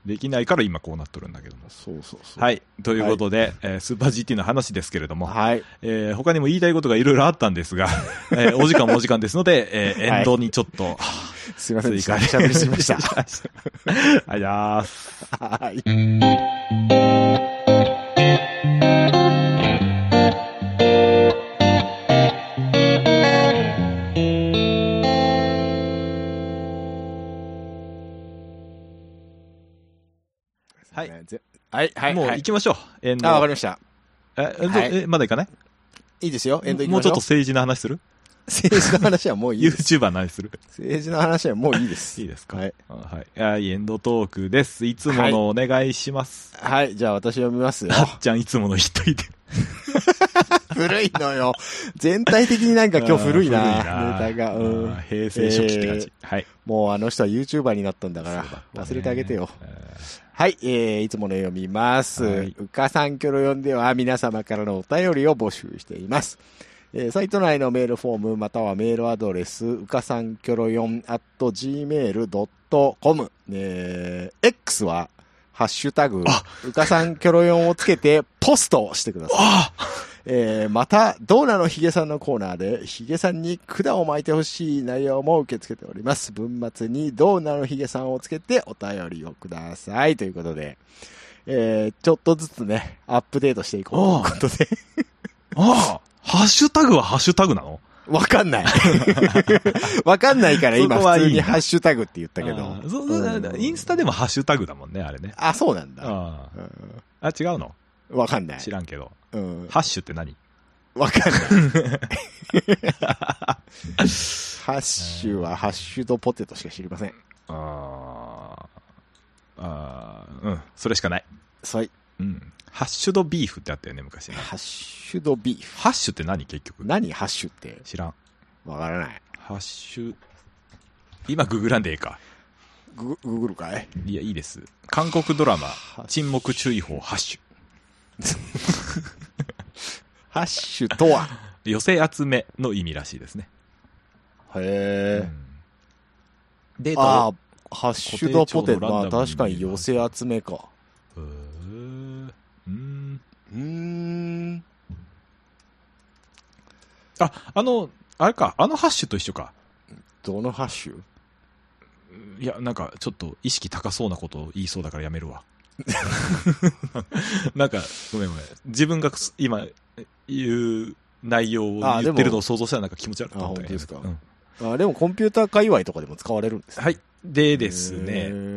[SPEAKER 2] できないから今こうなっとるんだけども。
[SPEAKER 1] そうそうそう。。
[SPEAKER 2] はいい。ということで、えースーパー GT の話ですけれども、
[SPEAKER 1] はい。
[SPEAKER 2] えー他にも言いたいことがいろいろあったん ですが、えーお時間もお時間ですので、えー
[SPEAKER 1] はい
[SPEAKER 2] エンドにちょっと、
[SPEAKER 1] すいません。
[SPEAKER 2] 追加で
[SPEAKER 1] 喋りすぎました。
[SPEAKER 2] ありゃーす。
[SPEAKER 1] はい。
[SPEAKER 2] はい
[SPEAKER 1] ぜ。はい、はい。
[SPEAKER 2] もう
[SPEAKER 1] は
[SPEAKER 2] 行
[SPEAKER 1] い
[SPEAKER 2] きましょう。エンド。
[SPEAKER 1] あ、わかりました。
[SPEAKER 2] えエンド
[SPEAKER 1] はい
[SPEAKER 2] えまだ行かない
[SPEAKER 1] いいですよ。エンドいき
[SPEAKER 2] も
[SPEAKER 1] ま
[SPEAKER 2] うち
[SPEAKER 1] し
[SPEAKER 2] ょ
[SPEAKER 1] ょ
[SPEAKER 2] っ
[SPEAKER 1] う
[SPEAKER 2] と。政治の話する
[SPEAKER 1] 政治の話はもういいで す。
[SPEAKER 2] ?YouTuber の話する
[SPEAKER 1] 政治の話はもういいです。
[SPEAKER 2] いいですか
[SPEAKER 1] はい。
[SPEAKER 2] あはい。はい、エンドトークです。いつものお願いします。
[SPEAKER 1] はい、じゃあ私読みますよ。
[SPEAKER 2] あっちゃんいつもの言っといて。
[SPEAKER 1] 古いのよ。全体的になんか 今日古いな、
[SPEAKER 2] あ
[SPEAKER 1] ネ
[SPEAKER 2] ー古
[SPEAKER 1] タ
[SPEAKER 2] いな
[SPEAKER 1] が。う
[SPEAKER 2] あー
[SPEAKER 1] ん。
[SPEAKER 2] 平成初期って感じ。はい。
[SPEAKER 1] もうあの人は YouTuber になったんだから
[SPEAKER 2] そうだっ、たね
[SPEAKER 1] 忘れてあげてよ。
[SPEAKER 2] えー
[SPEAKER 1] はい、えー、いつもの読みます。
[SPEAKER 2] はいう
[SPEAKER 1] かさんきょろ読んでは皆様からのお便りを募集しています。えーサイト内のメールフォームまたはメールアドレス、うかさんきょろ4 at gmail.com、えー、X は、ハッシュタグ、うかさんきょろ4をつけて、ポストしてください。
[SPEAKER 2] あ
[SPEAKER 1] えーまた、ドーナのヒゲさんのコーナーで、ヒゲさんに管を巻いてほしい内容も受け付けております。文末にドーナのヒゲさんをつけてお便りをください。ということで、えーちょっとずつね、アップデートしていこうということで、
[SPEAKER 2] ああハッシュタグはハッシュタグなの
[SPEAKER 1] わかん ない。わかんないから今
[SPEAKER 2] そこは
[SPEAKER 1] 普
[SPEAKER 2] い
[SPEAKER 1] 通
[SPEAKER 2] いな
[SPEAKER 1] にハッシュタグって言ったけ
[SPEAKER 2] あ
[SPEAKER 1] ど
[SPEAKER 2] ー。そうそう
[SPEAKER 1] うん
[SPEAKER 2] インスタでもハッシュタグだもんね、あれね。
[SPEAKER 1] あ、そうなんだ。
[SPEAKER 2] あ
[SPEAKER 1] うん
[SPEAKER 2] あ。あ、違うの
[SPEAKER 1] わかんない
[SPEAKER 2] 知。らんけど。
[SPEAKER 1] うん
[SPEAKER 2] ハッシュって何
[SPEAKER 1] わか んない。ハッシュはハッシュドポテトしか知りません。
[SPEAKER 2] ああ。ああ、うん。それしかない。
[SPEAKER 1] そうい
[SPEAKER 2] うん。ハッシュドビーフってあったよね、昔ね。
[SPEAKER 1] ハッシュドビーフ。
[SPEAKER 2] ハッシュって何結局
[SPEAKER 1] 何ハッシュって
[SPEAKER 2] 知らん。
[SPEAKER 1] わからない。
[SPEAKER 2] ハッシュ。今、ググらんでええか。
[SPEAKER 1] グググるかい
[SPEAKER 2] いや、いいです。韓国ドラマ
[SPEAKER 1] ッシュ、
[SPEAKER 2] 沈黙注意報、ハッシ
[SPEAKER 1] ハッシュとは
[SPEAKER 2] ュ。寄せ集めの意味らしいですね。
[SPEAKER 1] へえ。
[SPEAKER 2] うんデータ
[SPEAKER 1] あ
[SPEAKER 2] を。
[SPEAKER 1] あ、ハッシュドポテト。
[SPEAKER 2] 固定
[SPEAKER 1] ま
[SPEAKER 2] 値
[SPEAKER 1] あ
[SPEAKER 2] をランダムに
[SPEAKER 1] 確かに寄せ集めか。
[SPEAKER 2] うーうん。
[SPEAKER 1] うーん。
[SPEAKER 2] あ、あの、あれか、あのハッシュと一緒か。
[SPEAKER 1] どのハッシュ
[SPEAKER 2] いや、なんか、ちょっと意識高そうなことを言いそうだからやめるわ。 なんか、ごめんごめん。自分がす今、言う内容を
[SPEAKER 1] あで
[SPEAKER 2] 言
[SPEAKER 1] も
[SPEAKER 2] ってるのを想像したらなんか気持ち悪くなった
[SPEAKER 1] あ本当ですか
[SPEAKER 2] うん
[SPEAKER 1] あでもコンピューター界隈とかでも使われるんですね
[SPEAKER 2] はい。でです
[SPEAKER 1] え
[SPEAKER 2] ね、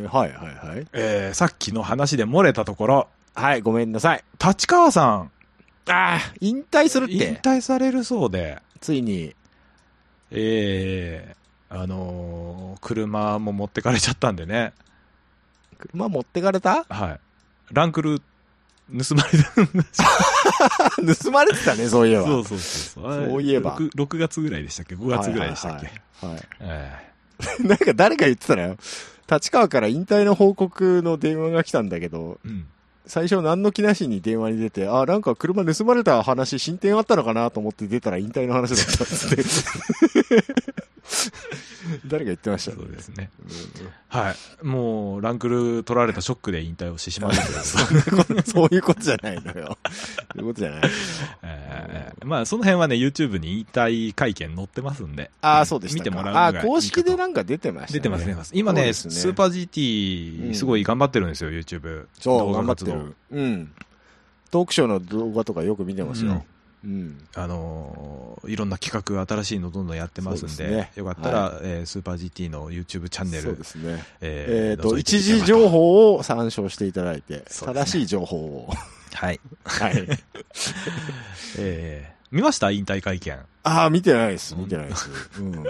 [SPEAKER 1] ーはいはいはい。
[SPEAKER 2] えーさっきの話で漏れたところ、
[SPEAKER 1] はい、ごめんなさい。
[SPEAKER 2] 立川さん、
[SPEAKER 1] ああ、引退するっ
[SPEAKER 2] 引
[SPEAKER 1] て、
[SPEAKER 2] 退されるそうで、
[SPEAKER 1] ついに。
[SPEAKER 2] えー、あのー車も持ってかれちゃったんでね、
[SPEAKER 1] 車持ってかれた
[SPEAKER 2] はい。ランクル、盗まれた。
[SPEAKER 1] 盗まれてたね、そういえば。
[SPEAKER 2] そうそうそうそう。あれ
[SPEAKER 1] そういえば
[SPEAKER 2] 6, 6月ぐらいでしたっけ ?5 月ぐらいでしたっけ、
[SPEAKER 1] はいはいはい
[SPEAKER 2] え
[SPEAKER 1] はい なんか誰か言ってたのよ。立川から引退の報告の電話が来たんだけど、
[SPEAKER 2] えうん。
[SPEAKER 1] 最初何の気なしに電話に出て、あ、なんか車盗まれた話、進展あったのかなと思って出たら引退の話だったっつって。 誰か言ってまし
[SPEAKER 2] そ
[SPEAKER 1] たね
[SPEAKER 2] うですね。はい。もう、ランクル取られたショックで引退をしてしまうんですけど
[SPEAKER 1] うん そういうことじゃないのよ。そういうことじゃない。
[SPEAKER 2] ええまあ、その辺はね、YouTube に引退会見載ってますんで。
[SPEAKER 1] ああ、そうでした
[SPEAKER 2] 見
[SPEAKER 1] か。
[SPEAKER 2] てもらうのが
[SPEAKER 1] あ
[SPEAKER 2] いいか
[SPEAKER 1] あ、
[SPEAKER 2] と
[SPEAKER 1] 公式でなんか出てましたね。
[SPEAKER 2] 出てます、出てます。今ね、
[SPEAKER 1] そうです
[SPEAKER 2] スーパー GT、すごい頑張ってるんですよ、YouTube。
[SPEAKER 1] そう、
[SPEAKER 2] 動画
[SPEAKER 1] 頑張って
[SPEAKER 2] 活動
[SPEAKER 1] る。うん。トークショーの動画とかよく見てますよ。うん。
[SPEAKER 2] あのーいろんな企画、新しいのどんどんやってますん
[SPEAKER 1] そ
[SPEAKER 2] で、
[SPEAKER 1] うですね
[SPEAKER 2] よかったら、えースーパー GT の YouTube チャンネ
[SPEAKER 1] そう
[SPEAKER 2] ル
[SPEAKER 1] で、すね。
[SPEAKER 2] えー
[SPEAKER 1] えっと、
[SPEAKER 2] 覗いて
[SPEAKER 1] 一
[SPEAKER 2] い
[SPEAKER 1] 時
[SPEAKER 2] ただければ
[SPEAKER 1] 情報を参照していただいて、
[SPEAKER 2] そうですね
[SPEAKER 1] 正しい情報を。
[SPEAKER 2] はい。
[SPEAKER 1] はい。
[SPEAKER 2] えー見ました引退会見。
[SPEAKER 1] ああ、見てないです。見てないです。うん。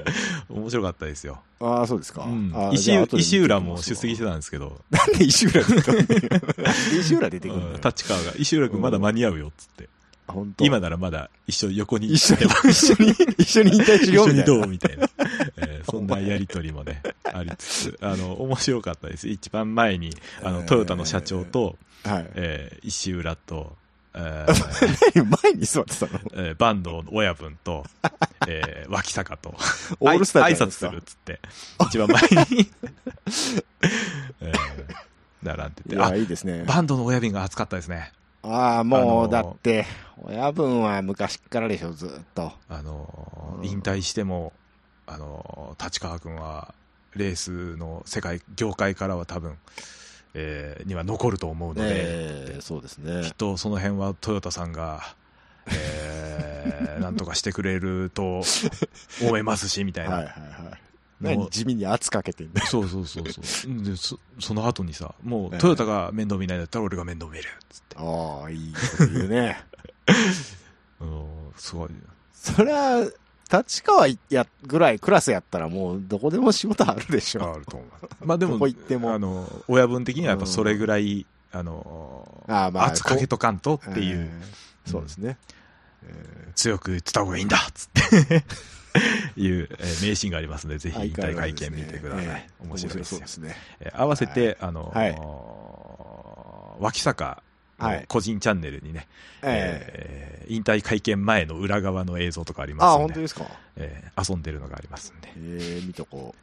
[SPEAKER 2] 面白かったですよ。
[SPEAKER 1] ああ、そうですか。
[SPEAKER 2] うん
[SPEAKER 1] あー
[SPEAKER 2] 石
[SPEAKER 1] じゃあ後で見てみます
[SPEAKER 2] 石浦も出席してたんですけど、
[SPEAKER 1] なんで石浦出てくるんだよなんで石浦出てくるんだよ。
[SPEAKER 2] 立川が、石浦君まだ間に合うよ、っつって。
[SPEAKER 1] あ本当
[SPEAKER 2] 今ならまだ一緒に横に
[SPEAKER 1] 一緒に、一緒に、一緒に引退し
[SPEAKER 2] 一
[SPEAKER 1] よう
[SPEAKER 2] 緒
[SPEAKER 1] みた
[SPEAKER 2] に
[SPEAKER 1] い
[SPEAKER 2] ど
[SPEAKER 1] な
[SPEAKER 2] う。みたいな。 えーそんなやりとりもね、ありつつ、あの、面白かったです。一番前に、あ
[SPEAKER 1] え
[SPEAKER 2] の、
[SPEAKER 1] ー
[SPEAKER 2] トヨタの社長と、
[SPEAKER 1] はい。
[SPEAKER 2] えー石浦と、え ー
[SPEAKER 1] 何前に座ってたの
[SPEAKER 2] えーバンドの親分と、えー脇坂と、
[SPEAKER 1] オールスターじ
[SPEAKER 2] 挨
[SPEAKER 1] ゃない
[SPEAKER 2] 拶
[SPEAKER 1] です
[SPEAKER 2] す
[SPEAKER 1] か
[SPEAKER 2] るっつって、一番前 に、えー並んで
[SPEAKER 1] い
[SPEAKER 2] て、あ
[SPEAKER 1] や、、いいですね。
[SPEAKER 2] バンドの親分が熱かったですね。
[SPEAKER 1] ああ、
[SPEAKER 2] あの
[SPEAKER 1] も
[SPEAKER 2] ー
[SPEAKER 1] う、だって、親分は昔っからでしょ、ずーっと。
[SPEAKER 2] あの
[SPEAKER 1] う
[SPEAKER 2] ー、
[SPEAKER 1] ん
[SPEAKER 2] 引退しても、あのー、立川君は、レースの世界、業界からは多分、えーには残ると思うので、
[SPEAKER 1] ええそうです
[SPEAKER 2] き
[SPEAKER 1] ね
[SPEAKER 2] っ。とその辺はトヨタさんが、 えーなんとかしてくれると思いますし、みた
[SPEAKER 1] はいいはい
[SPEAKER 2] な。
[SPEAKER 1] はい。
[SPEAKER 2] も
[SPEAKER 1] 何
[SPEAKER 2] う
[SPEAKER 1] 地味に圧かけてんだよ。
[SPEAKER 2] そうそうそうそう。で、そその後にさ、も
[SPEAKER 1] え
[SPEAKER 2] う
[SPEAKER 1] え
[SPEAKER 2] トヨタが面倒見ないんだったら俺が面倒見る。つって。
[SPEAKER 1] ああ、いいこと言うね。
[SPEAKER 2] あのーすごい。
[SPEAKER 1] そりゃ、立川や、ぐらいクラスやったらもうどこでも仕事あるでしょ。
[SPEAKER 2] あると思う。まあでも、
[SPEAKER 1] どこ行っても
[SPEAKER 2] あの、親分的にはやっぱそれぐらい、あのー、
[SPEAKER 1] ああ、まあ。
[SPEAKER 2] 圧かけとかんと
[SPEAKER 1] こ
[SPEAKER 2] っていう、
[SPEAKER 1] ええそうですね。え
[SPEAKER 2] 強く言ってた方がいいんだっつって いう、えー名シーンがありますので、ぜ
[SPEAKER 1] え
[SPEAKER 2] ひ引
[SPEAKER 1] 相
[SPEAKER 2] 退
[SPEAKER 1] 変わら
[SPEAKER 2] 会
[SPEAKER 1] ずです
[SPEAKER 2] 見
[SPEAKER 1] ね
[SPEAKER 2] 見てください。
[SPEAKER 1] ええ
[SPEAKER 2] 面白いで
[SPEAKER 1] そ
[SPEAKER 2] す
[SPEAKER 1] う
[SPEAKER 2] よ
[SPEAKER 1] で。すね。
[SPEAKER 2] えー合わせて、あの
[SPEAKER 1] はい
[SPEAKER 2] ー脇坂の個人チャンネルにね、
[SPEAKER 1] ええ
[SPEAKER 2] えー引退会見前の裏側の映像とかあり
[SPEAKER 1] あ
[SPEAKER 2] ま
[SPEAKER 1] あ、
[SPEAKER 2] すの
[SPEAKER 1] 本当
[SPEAKER 2] で、
[SPEAKER 1] ですか。
[SPEAKER 2] えー遊んでるのがありますんで、
[SPEAKER 1] ええ見とこう。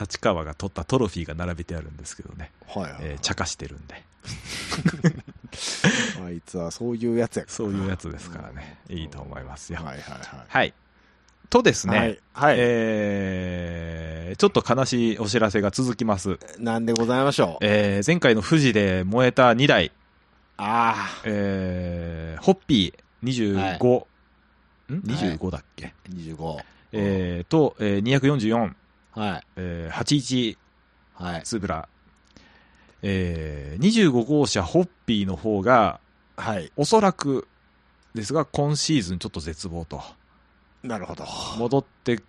[SPEAKER 2] 立川が取ったトロフィーが並べてあるんですけどね、
[SPEAKER 1] はいはい、
[SPEAKER 2] えー茶化してるんで、
[SPEAKER 1] あいつはそういうやつやから
[SPEAKER 2] そういうやつですからね、
[SPEAKER 1] うん
[SPEAKER 2] いいと思いますよ。
[SPEAKER 1] はいはいはい。
[SPEAKER 2] はい。とですね、
[SPEAKER 1] はい。はい。
[SPEAKER 2] えーちょっと悲しいお知らせが続きます。
[SPEAKER 1] なんでございましょう。
[SPEAKER 2] えー前回の富士で燃えた2台、
[SPEAKER 1] ああ。
[SPEAKER 2] えーホッピー25、ん
[SPEAKER 1] はい
[SPEAKER 2] ?25 だっけ、
[SPEAKER 1] 25。はい。
[SPEAKER 2] えーと、えー244、
[SPEAKER 1] はい。
[SPEAKER 2] えー81
[SPEAKER 1] はい。
[SPEAKER 2] ツーブラ、えー25号車ホッピーの方が、おそらくですが、今シーズンちょっと絶望と、
[SPEAKER 1] なるほど。
[SPEAKER 2] 戻って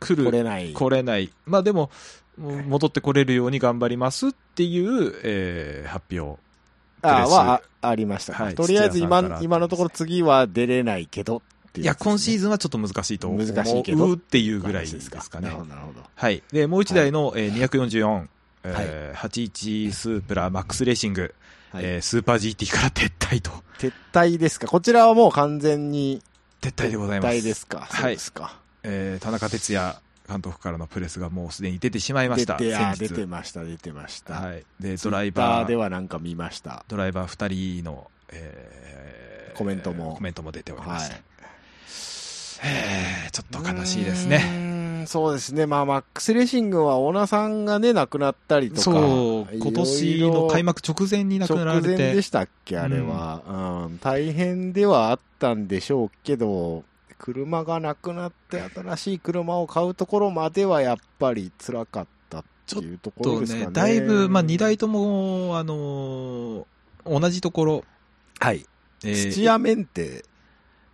[SPEAKER 2] くる
[SPEAKER 1] 取れない。
[SPEAKER 2] 来れない、まあでも、もう戻ってこれるように頑張りますっていう、えー発表、
[SPEAKER 1] あ
[SPEAKER 2] プレ
[SPEAKER 1] あ、
[SPEAKER 2] ス
[SPEAKER 1] は、あありましたか、
[SPEAKER 2] はい
[SPEAKER 1] とりあえず今
[SPEAKER 2] 土屋さんから、
[SPEAKER 1] 今のところ次は出れないけどっていう
[SPEAKER 2] いや、今シー
[SPEAKER 1] ズ
[SPEAKER 2] ズンはちょっと難しいと思
[SPEAKER 1] 難しいけど
[SPEAKER 2] うっていうぐらいですかね
[SPEAKER 1] なる。ほど、なるほど。
[SPEAKER 2] はい、でもう1台の、えー244、えー81スープラマックスレーシング、
[SPEAKER 1] はい
[SPEAKER 2] えースーパー GT から撤退と、
[SPEAKER 1] 撤退ですかこちらはもう完全に
[SPEAKER 2] 撤退でござい
[SPEAKER 1] 撤
[SPEAKER 2] ます。
[SPEAKER 1] 退ですか
[SPEAKER 2] はい
[SPEAKER 1] そうですか。
[SPEAKER 2] えー田中哲也監督からのプレスがもうすでに出てしまいまし
[SPEAKER 1] 出
[SPEAKER 2] た、
[SPEAKER 1] て、ああ、
[SPEAKER 2] 先
[SPEAKER 1] 出
[SPEAKER 2] 日
[SPEAKER 1] てました、出てました。
[SPEAKER 2] はい、でド
[SPEAKER 1] ド
[SPEAKER 2] ラ
[SPEAKER 1] ラ
[SPEAKER 2] イ
[SPEAKER 1] イ
[SPEAKER 2] バ
[SPEAKER 1] バ
[SPEAKER 2] ー
[SPEAKER 1] ーではなんか見ました。
[SPEAKER 2] ドライバー2人の、えー
[SPEAKER 1] コメントも
[SPEAKER 2] コメントも出ておりま
[SPEAKER 1] は
[SPEAKER 2] し
[SPEAKER 1] い
[SPEAKER 2] た。。えーちょっと悲しいですね。
[SPEAKER 1] ね。そうですね。まあ、マックスレーシングはオーナーさんがね、亡くなったりとか。
[SPEAKER 2] そう、今年の開
[SPEAKER 1] 幕
[SPEAKER 2] 幕直前に亡くなら
[SPEAKER 1] 直
[SPEAKER 2] れ
[SPEAKER 1] 前
[SPEAKER 2] て
[SPEAKER 1] で、したっけ、あれは、うん大変ではあったんでしょうけど、車がなくなって新しい車を買うところまではやっぱり辛かったっていうところ
[SPEAKER 2] と
[SPEAKER 1] ですかね。
[SPEAKER 2] ね、だいぶ、まあ、2台とも、あのー同じところ、
[SPEAKER 1] はい。
[SPEAKER 2] えー
[SPEAKER 1] 土屋メンテ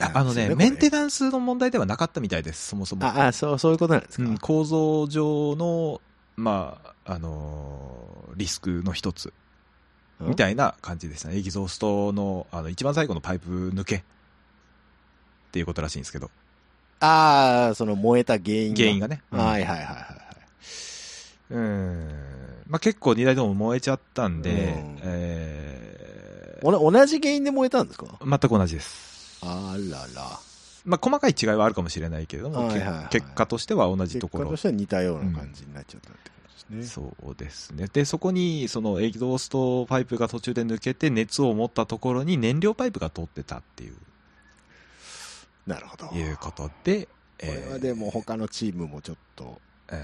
[SPEAKER 2] ああのね、メンテナンスの問題ではなかったみたいです、そもそも。
[SPEAKER 1] ああ、そう、そういうことなんですか。
[SPEAKER 2] うん構造上の、まあ、あのーリスクの一つ、み
[SPEAKER 1] い
[SPEAKER 2] たいな感じでしたね。エキゾーストの、あの、一番最後のパイプ抜け、っていうことらしいんですけど、
[SPEAKER 1] ああ、その燃えた原因が。
[SPEAKER 2] 原因がね。うん
[SPEAKER 1] はいはいはいはい。
[SPEAKER 2] うん。まあ、結構2台とも燃えちゃったんで、
[SPEAKER 1] うん
[SPEAKER 2] えー
[SPEAKER 1] おな同じ原因で燃えたんですか
[SPEAKER 2] 全く同じです。
[SPEAKER 1] あらら。
[SPEAKER 2] まあ、細かい違いはあるかもしれないけれども、
[SPEAKER 1] はいはいはい
[SPEAKER 2] け結果としては同じ
[SPEAKER 1] 結
[SPEAKER 2] と
[SPEAKER 1] 果
[SPEAKER 2] ころ
[SPEAKER 1] としては似たような感じになっちゃったってことですね。
[SPEAKER 2] そうですね。で、そこに、そのエキゾーストパイプが途中で抜けて熱を持ったところに燃料パイプが通ってたっていう、
[SPEAKER 1] なるほど。
[SPEAKER 2] いうことで、
[SPEAKER 1] これはでも他のチームもちょっと。
[SPEAKER 2] えーえ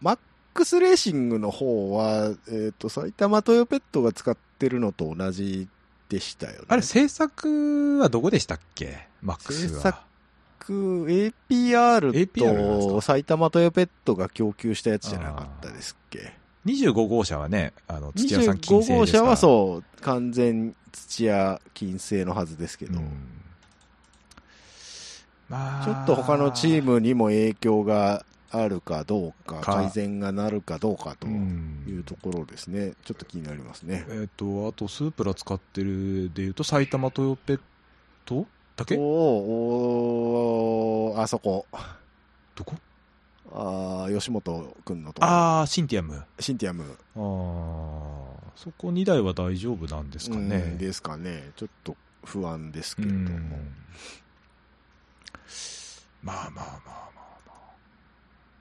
[SPEAKER 1] マックスレーシングの方は、えっ、と、埼玉トヨペットが使ってるのと同じでしたよね。
[SPEAKER 2] ーあれ、制作はどこでしたっけマックス
[SPEAKER 1] 制
[SPEAKER 2] は
[SPEAKER 1] 作。APR
[SPEAKER 2] APR なんですか
[SPEAKER 1] と埼玉トヨペットが供給したやつじゃなかったですっけ
[SPEAKER 2] 25号車はね、あの、土屋さん金星
[SPEAKER 1] 25号
[SPEAKER 2] ですか
[SPEAKER 1] 車
[SPEAKER 2] ら
[SPEAKER 1] はそう、完全土屋金星のはずですけど、
[SPEAKER 2] うんまあ、
[SPEAKER 1] ちょっと他のチームにも影響があるかどうか、
[SPEAKER 2] か
[SPEAKER 1] 改善がなるかどうかと
[SPEAKER 2] う
[SPEAKER 1] い
[SPEAKER 2] ん
[SPEAKER 1] うところですね。ちょっと気になりますね。
[SPEAKER 2] えっ、と、あとスープラ使ってるでいうと、埼玉トヨペットだけ
[SPEAKER 1] おーおーあそこ、
[SPEAKER 2] どこ
[SPEAKER 1] あー吉本君のとこ
[SPEAKER 2] ああ、シンティアム。
[SPEAKER 1] シンティアム
[SPEAKER 2] ああ、そこ2台は大丈夫なんですか
[SPEAKER 1] うん
[SPEAKER 2] ね。
[SPEAKER 1] ですかね。ちょっと不安です
[SPEAKER 2] う
[SPEAKER 1] けれど
[SPEAKER 2] ん
[SPEAKER 1] も。
[SPEAKER 2] まあまあまあまあまあ。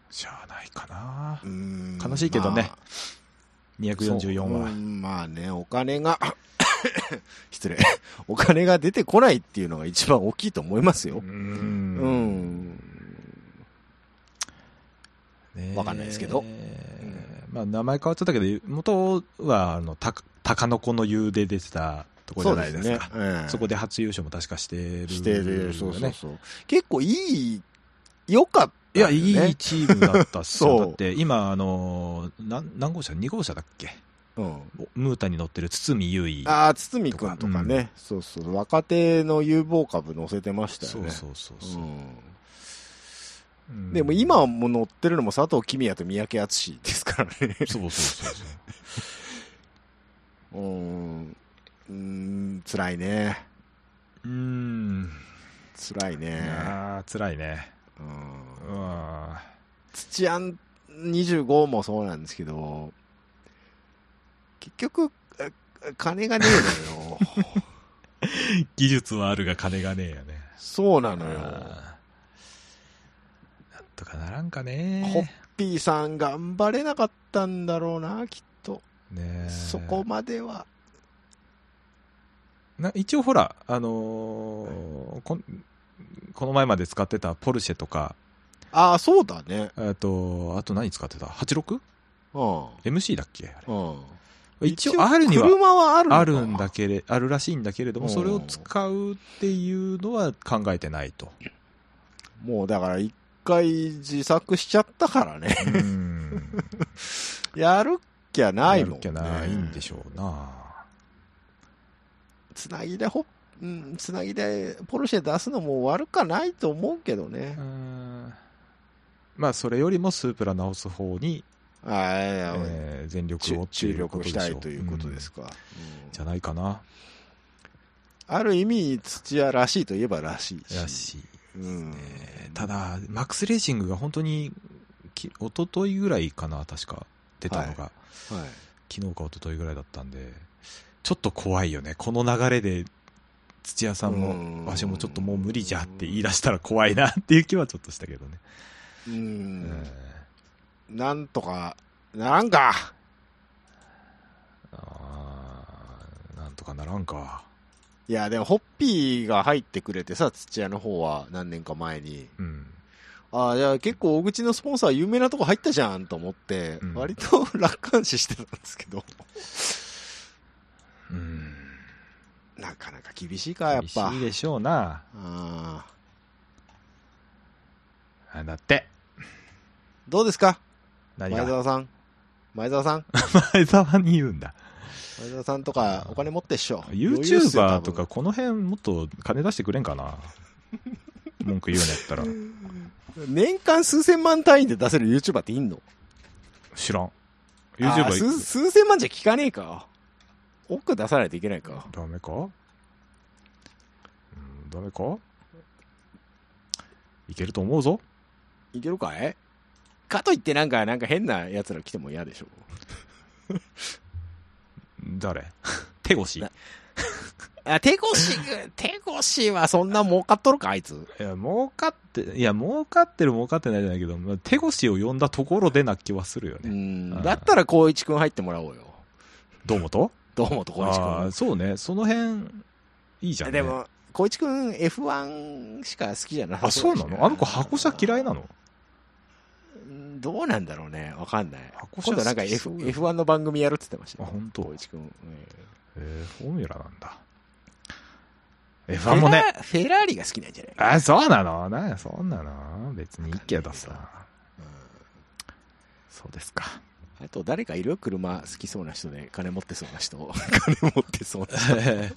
[SPEAKER 2] しゃあないかな
[SPEAKER 1] う。ん
[SPEAKER 2] 悲しいけどね
[SPEAKER 1] まあ
[SPEAKER 2] 244
[SPEAKER 1] そう
[SPEAKER 2] は。
[SPEAKER 1] う。んまあね、お金が、 失礼。お金が出てこないっていうのが一番大きいと思いますよ。うんん。
[SPEAKER 2] ねえ
[SPEAKER 1] わかんないですけど。
[SPEAKER 2] まあ名前変わっちゃったけど、元は、あの、た、高の子の湯で出てたとこじ
[SPEAKER 1] そ
[SPEAKER 2] ゃ
[SPEAKER 1] う
[SPEAKER 2] ないですか。
[SPEAKER 1] ええ
[SPEAKER 2] そこで初優勝も確かしてる、
[SPEAKER 1] してる。そうそう
[SPEAKER 2] ね。
[SPEAKER 1] そう。結構いい、良かった
[SPEAKER 2] いや、
[SPEAKER 1] よね、
[SPEAKER 2] いいチームだったっすよ
[SPEAKER 1] そう
[SPEAKER 2] だって、今、あのー、なん何号車 ?2 号車だっけ
[SPEAKER 1] うん。
[SPEAKER 2] おムータに乗ってる堤優衣。
[SPEAKER 1] ああ、堤くんとかね、そうそう。若手の有望株乗せてましたよ
[SPEAKER 2] そう
[SPEAKER 1] ね。
[SPEAKER 2] そうそうそう、
[SPEAKER 1] うんでも今はもう乗ってるのも佐藤公也と三宅淳ですから ね。
[SPEAKER 2] そうそうそうそう
[SPEAKER 1] ーん。うーん、辛いね。
[SPEAKER 2] う。うーん。
[SPEAKER 1] 辛いね。
[SPEAKER 2] ああ、辛いね。
[SPEAKER 1] うん
[SPEAKER 2] う。ん。
[SPEAKER 1] 土屋25もそうなんですけど、結局、あ金がねえのよ。
[SPEAKER 2] 技術はあるが金がねえよね。
[SPEAKER 1] そうな
[SPEAKER 2] あー
[SPEAKER 1] のよ。
[SPEAKER 2] なんとかならんかね。
[SPEAKER 1] ほっ P さん頑張れなかったんだろうな、きっと。
[SPEAKER 2] ねえ
[SPEAKER 1] そこまでは。
[SPEAKER 2] な一応ほら、あのーこんこの前まで使ってたポルシェとか、
[SPEAKER 1] ああ、そうだね。
[SPEAKER 2] えっと、あと何使ってた
[SPEAKER 1] う
[SPEAKER 2] ?86?MC
[SPEAKER 1] ん。
[SPEAKER 2] だっけあれ
[SPEAKER 1] うん。
[SPEAKER 2] 一応 R には
[SPEAKER 1] 車はあるのか
[SPEAKER 2] あるんだけれ、あるらしいんだけれども、
[SPEAKER 1] うん
[SPEAKER 2] それを使うっていうのは考えてない と。
[SPEAKER 1] もうだから一回自作しちゃったからね。
[SPEAKER 2] うん。
[SPEAKER 1] やるっきゃないもん、ね。
[SPEAKER 2] やるっきゃないんでしょうな。
[SPEAKER 1] つなぎでほ、うん、つなぎでポルシェ出すのも悪かないと思うけどね。
[SPEAKER 2] うんまあ、それよりもスープラ直す方に、
[SPEAKER 1] あいや
[SPEAKER 2] えー全
[SPEAKER 1] 注
[SPEAKER 2] 力をって
[SPEAKER 1] 注
[SPEAKER 2] いう
[SPEAKER 1] 力を
[SPEAKER 2] ことで
[SPEAKER 1] し
[SPEAKER 2] しょ
[SPEAKER 1] たいということです
[SPEAKER 2] ん
[SPEAKER 1] か。うん
[SPEAKER 2] じゃないかな。
[SPEAKER 1] ある意味、土屋らしいといえばらしいし。
[SPEAKER 2] らしい。
[SPEAKER 1] うん
[SPEAKER 2] ねただ、マックスレーシングが本当にき、一昨日ぐらいかな、確か出たのが、
[SPEAKER 1] はい
[SPEAKER 2] 昨日か一昨日ぐらいだったんで、ちょっと怖いよね、この流れで土屋さん
[SPEAKER 1] う
[SPEAKER 2] も、
[SPEAKER 1] ん
[SPEAKER 2] わしもちょっともう無理じゃって言い出したら怖いなっていう気はちょっとしたけどね。
[SPEAKER 1] う
[SPEAKER 2] うんん。
[SPEAKER 1] なんとか、ならんか。
[SPEAKER 2] あーなんとかならんか。
[SPEAKER 1] いや、でも、ホッピーが入ってくれてさ、土屋の方は何年か前に。
[SPEAKER 2] うん。
[SPEAKER 1] ああ、じゃあ結構大口のスポンサー有名なとこ入ったじゃんと思って、
[SPEAKER 2] うん
[SPEAKER 1] 割と 楽観視してたんですけ ど、
[SPEAKER 2] うん。
[SPEAKER 1] なかなか厳しいか、やっぱ
[SPEAKER 2] 厳しい。でしょうな。
[SPEAKER 1] ああ
[SPEAKER 2] あだって。
[SPEAKER 1] どうですか
[SPEAKER 2] 何
[SPEAKER 1] 前
[SPEAKER 2] が
[SPEAKER 1] 澤さん。前澤さん。
[SPEAKER 2] 前澤に言うんだ。
[SPEAKER 1] 前澤さんとかお金持ってっしょ。
[SPEAKER 2] YouTuber と
[SPEAKER 1] 余裕っ
[SPEAKER 2] かこの辺もっと金出してくれん かな。文句言うんやったら。
[SPEAKER 1] すよ多分年間数千万単位で出せる YouTuber っていんの
[SPEAKER 2] 知らん。
[SPEAKER 1] あー
[SPEAKER 2] YouTuber
[SPEAKER 1] 数数千万じゃ効かねえか。奥出さないといけないか。
[SPEAKER 2] ダメか、うん、ダメかいけると思うぞ。
[SPEAKER 1] いけるかいかといってなんか、なんか変な奴ら来ても嫌でしょ。
[SPEAKER 2] 誰手越し。い
[SPEAKER 1] なあ、手越、手越はそんな儲かっとるか、あいつ。
[SPEAKER 2] や、儲かって、いや、儲かってる儲かってないじゃないけど、まあ手越しを呼んだところでな気はするよ
[SPEAKER 1] う
[SPEAKER 2] ね。
[SPEAKER 1] ん。だったら、光一くん入ってもらおうよ。
[SPEAKER 2] どうもと
[SPEAKER 1] どうもと光一
[SPEAKER 2] あーそうね。その辺、いいじ
[SPEAKER 1] くん。
[SPEAKER 2] ゃん、
[SPEAKER 1] で
[SPEAKER 2] ね。
[SPEAKER 1] も、光一くん F1 しか好きじゃな
[SPEAKER 2] あ、
[SPEAKER 1] さ
[SPEAKER 2] そう
[SPEAKER 1] だ
[SPEAKER 2] な
[SPEAKER 1] しね
[SPEAKER 2] のあの子箱車嫌いなの
[SPEAKER 1] うんどうなんだろうね。わかんない。
[SPEAKER 2] 箱車
[SPEAKER 1] 今度なんか
[SPEAKER 2] 好き
[SPEAKER 1] F
[SPEAKER 2] そうよ
[SPEAKER 1] F1 の番組やるって言ってました
[SPEAKER 2] あ、
[SPEAKER 1] よ。
[SPEAKER 2] 本当。
[SPEAKER 1] 光一くん。
[SPEAKER 2] えー、フォーミュラなんだ。
[SPEAKER 1] フ
[SPEAKER 2] F1 もね。
[SPEAKER 1] フェラーリが好きなんじゃないか。
[SPEAKER 2] あ、そうなのなんや、そんなの別にいいけどさ。そうですか。
[SPEAKER 1] うんあと、誰かいる車好きそうな人で、金持ってそうな 人。金持ってそうな人。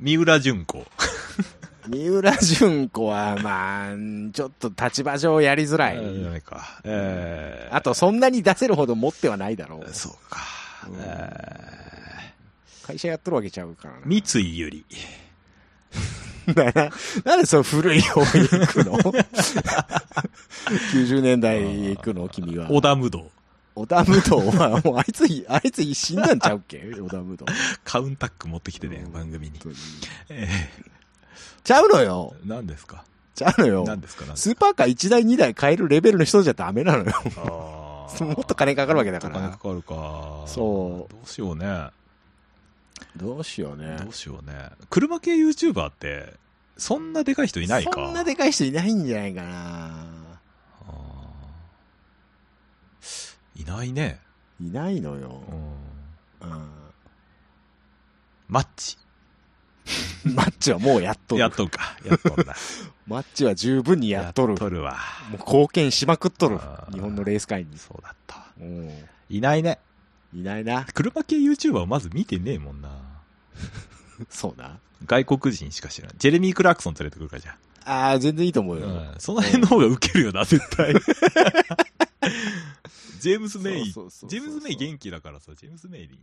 [SPEAKER 2] 三浦淳子。
[SPEAKER 1] 三浦淳子は、まあ、ちょっと立場上やりづらい。
[SPEAKER 2] ダメか。えー、
[SPEAKER 1] あと、そんなに出せるほど持ってはないだろう。
[SPEAKER 2] そうか。
[SPEAKER 1] うん
[SPEAKER 2] え
[SPEAKER 1] 会社やっとるわけちゃうからな。
[SPEAKER 2] ー、三井ゆり。
[SPEAKER 1] なななんでそう古い方に行く の ?90 年代行くの君は。
[SPEAKER 2] 織田無道。
[SPEAKER 1] 織田武道は、もうあいつ、あいつ死んだんちゃうっけ織田武道。
[SPEAKER 2] カウンタック持ってきてね
[SPEAKER 1] う、ん
[SPEAKER 2] 番組に
[SPEAKER 1] 本。 当に
[SPEAKER 2] え
[SPEAKER 1] ちゃうのよ
[SPEAKER 2] ー、何ですか
[SPEAKER 1] ちゃうのよ
[SPEAKER 2] 何ですか何です
[SPEAKER 1] スーパーカー1台2台買えるレベルの人じゃダメなのよ。
[SPEAKER 2] かあ ー
[SPEAKER 1] もっと金かかるわけだか
[SPEAKER 2] もっと
[SPEAKER 1] ら。
[SPEAKER 2] 金かかるか。。
[SPEAKER 1] そう
[SPEAKER 2] どうしようね。
[SPEAKER 1] どうしようね。
[SPEAKER 2] どうしようね。車系 YouTuber って、そんなでかい人いないか。
[SPEAKER 1] そんなでかい人いないんじゃないかな。
[SPEAKER 2] あーいないね。
[SPEAKER 1] いないのよ。
[SPEAKER 2] うん
[SPEAKER 1] うん。
[SPEAKER 2] マッチ。
[SPEAKER 1] マッチはもうやっとる。
[SPEAKER 2] やっとるか。やっとるな。
[SPEAKER 1] マッチは十分にやっとる。
[SPEAKER 2] やっとるわ。
[SPEAKER 1] もう貢献しまくっとる
[SPEAKER 2] あ。ー
[SPEAKER 1] 日本のレース界に。
[SPEAKER 2] そうだったわ。
[SPEAKER 1] うん
[SPEAKER 2] いないね。
[SPEAKER 1] いないな。
[SPEAKER 2] 車系 YouTuber をまず見てねえもんな。
[SPEAKER 1] そうな。
[SPEAKER 2] 外国人しか知らない。ジェレミー・クラークソン連れてくるからじゃん。
[SPEAKER 1] ああ、全然いいと思うよ。
[SPEAKER 2] うん。その辺の方がウケるよな、絶 対。ジェームス・メイ。ジ
[SPEAKER 1] そうそうそうそう
[SPEAKER 2] ェームス・メイ元気だからさ、ジェームス・メイに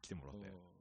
[SPEAKER 2] 来てもらったよ。
[SPEAKER 1] うん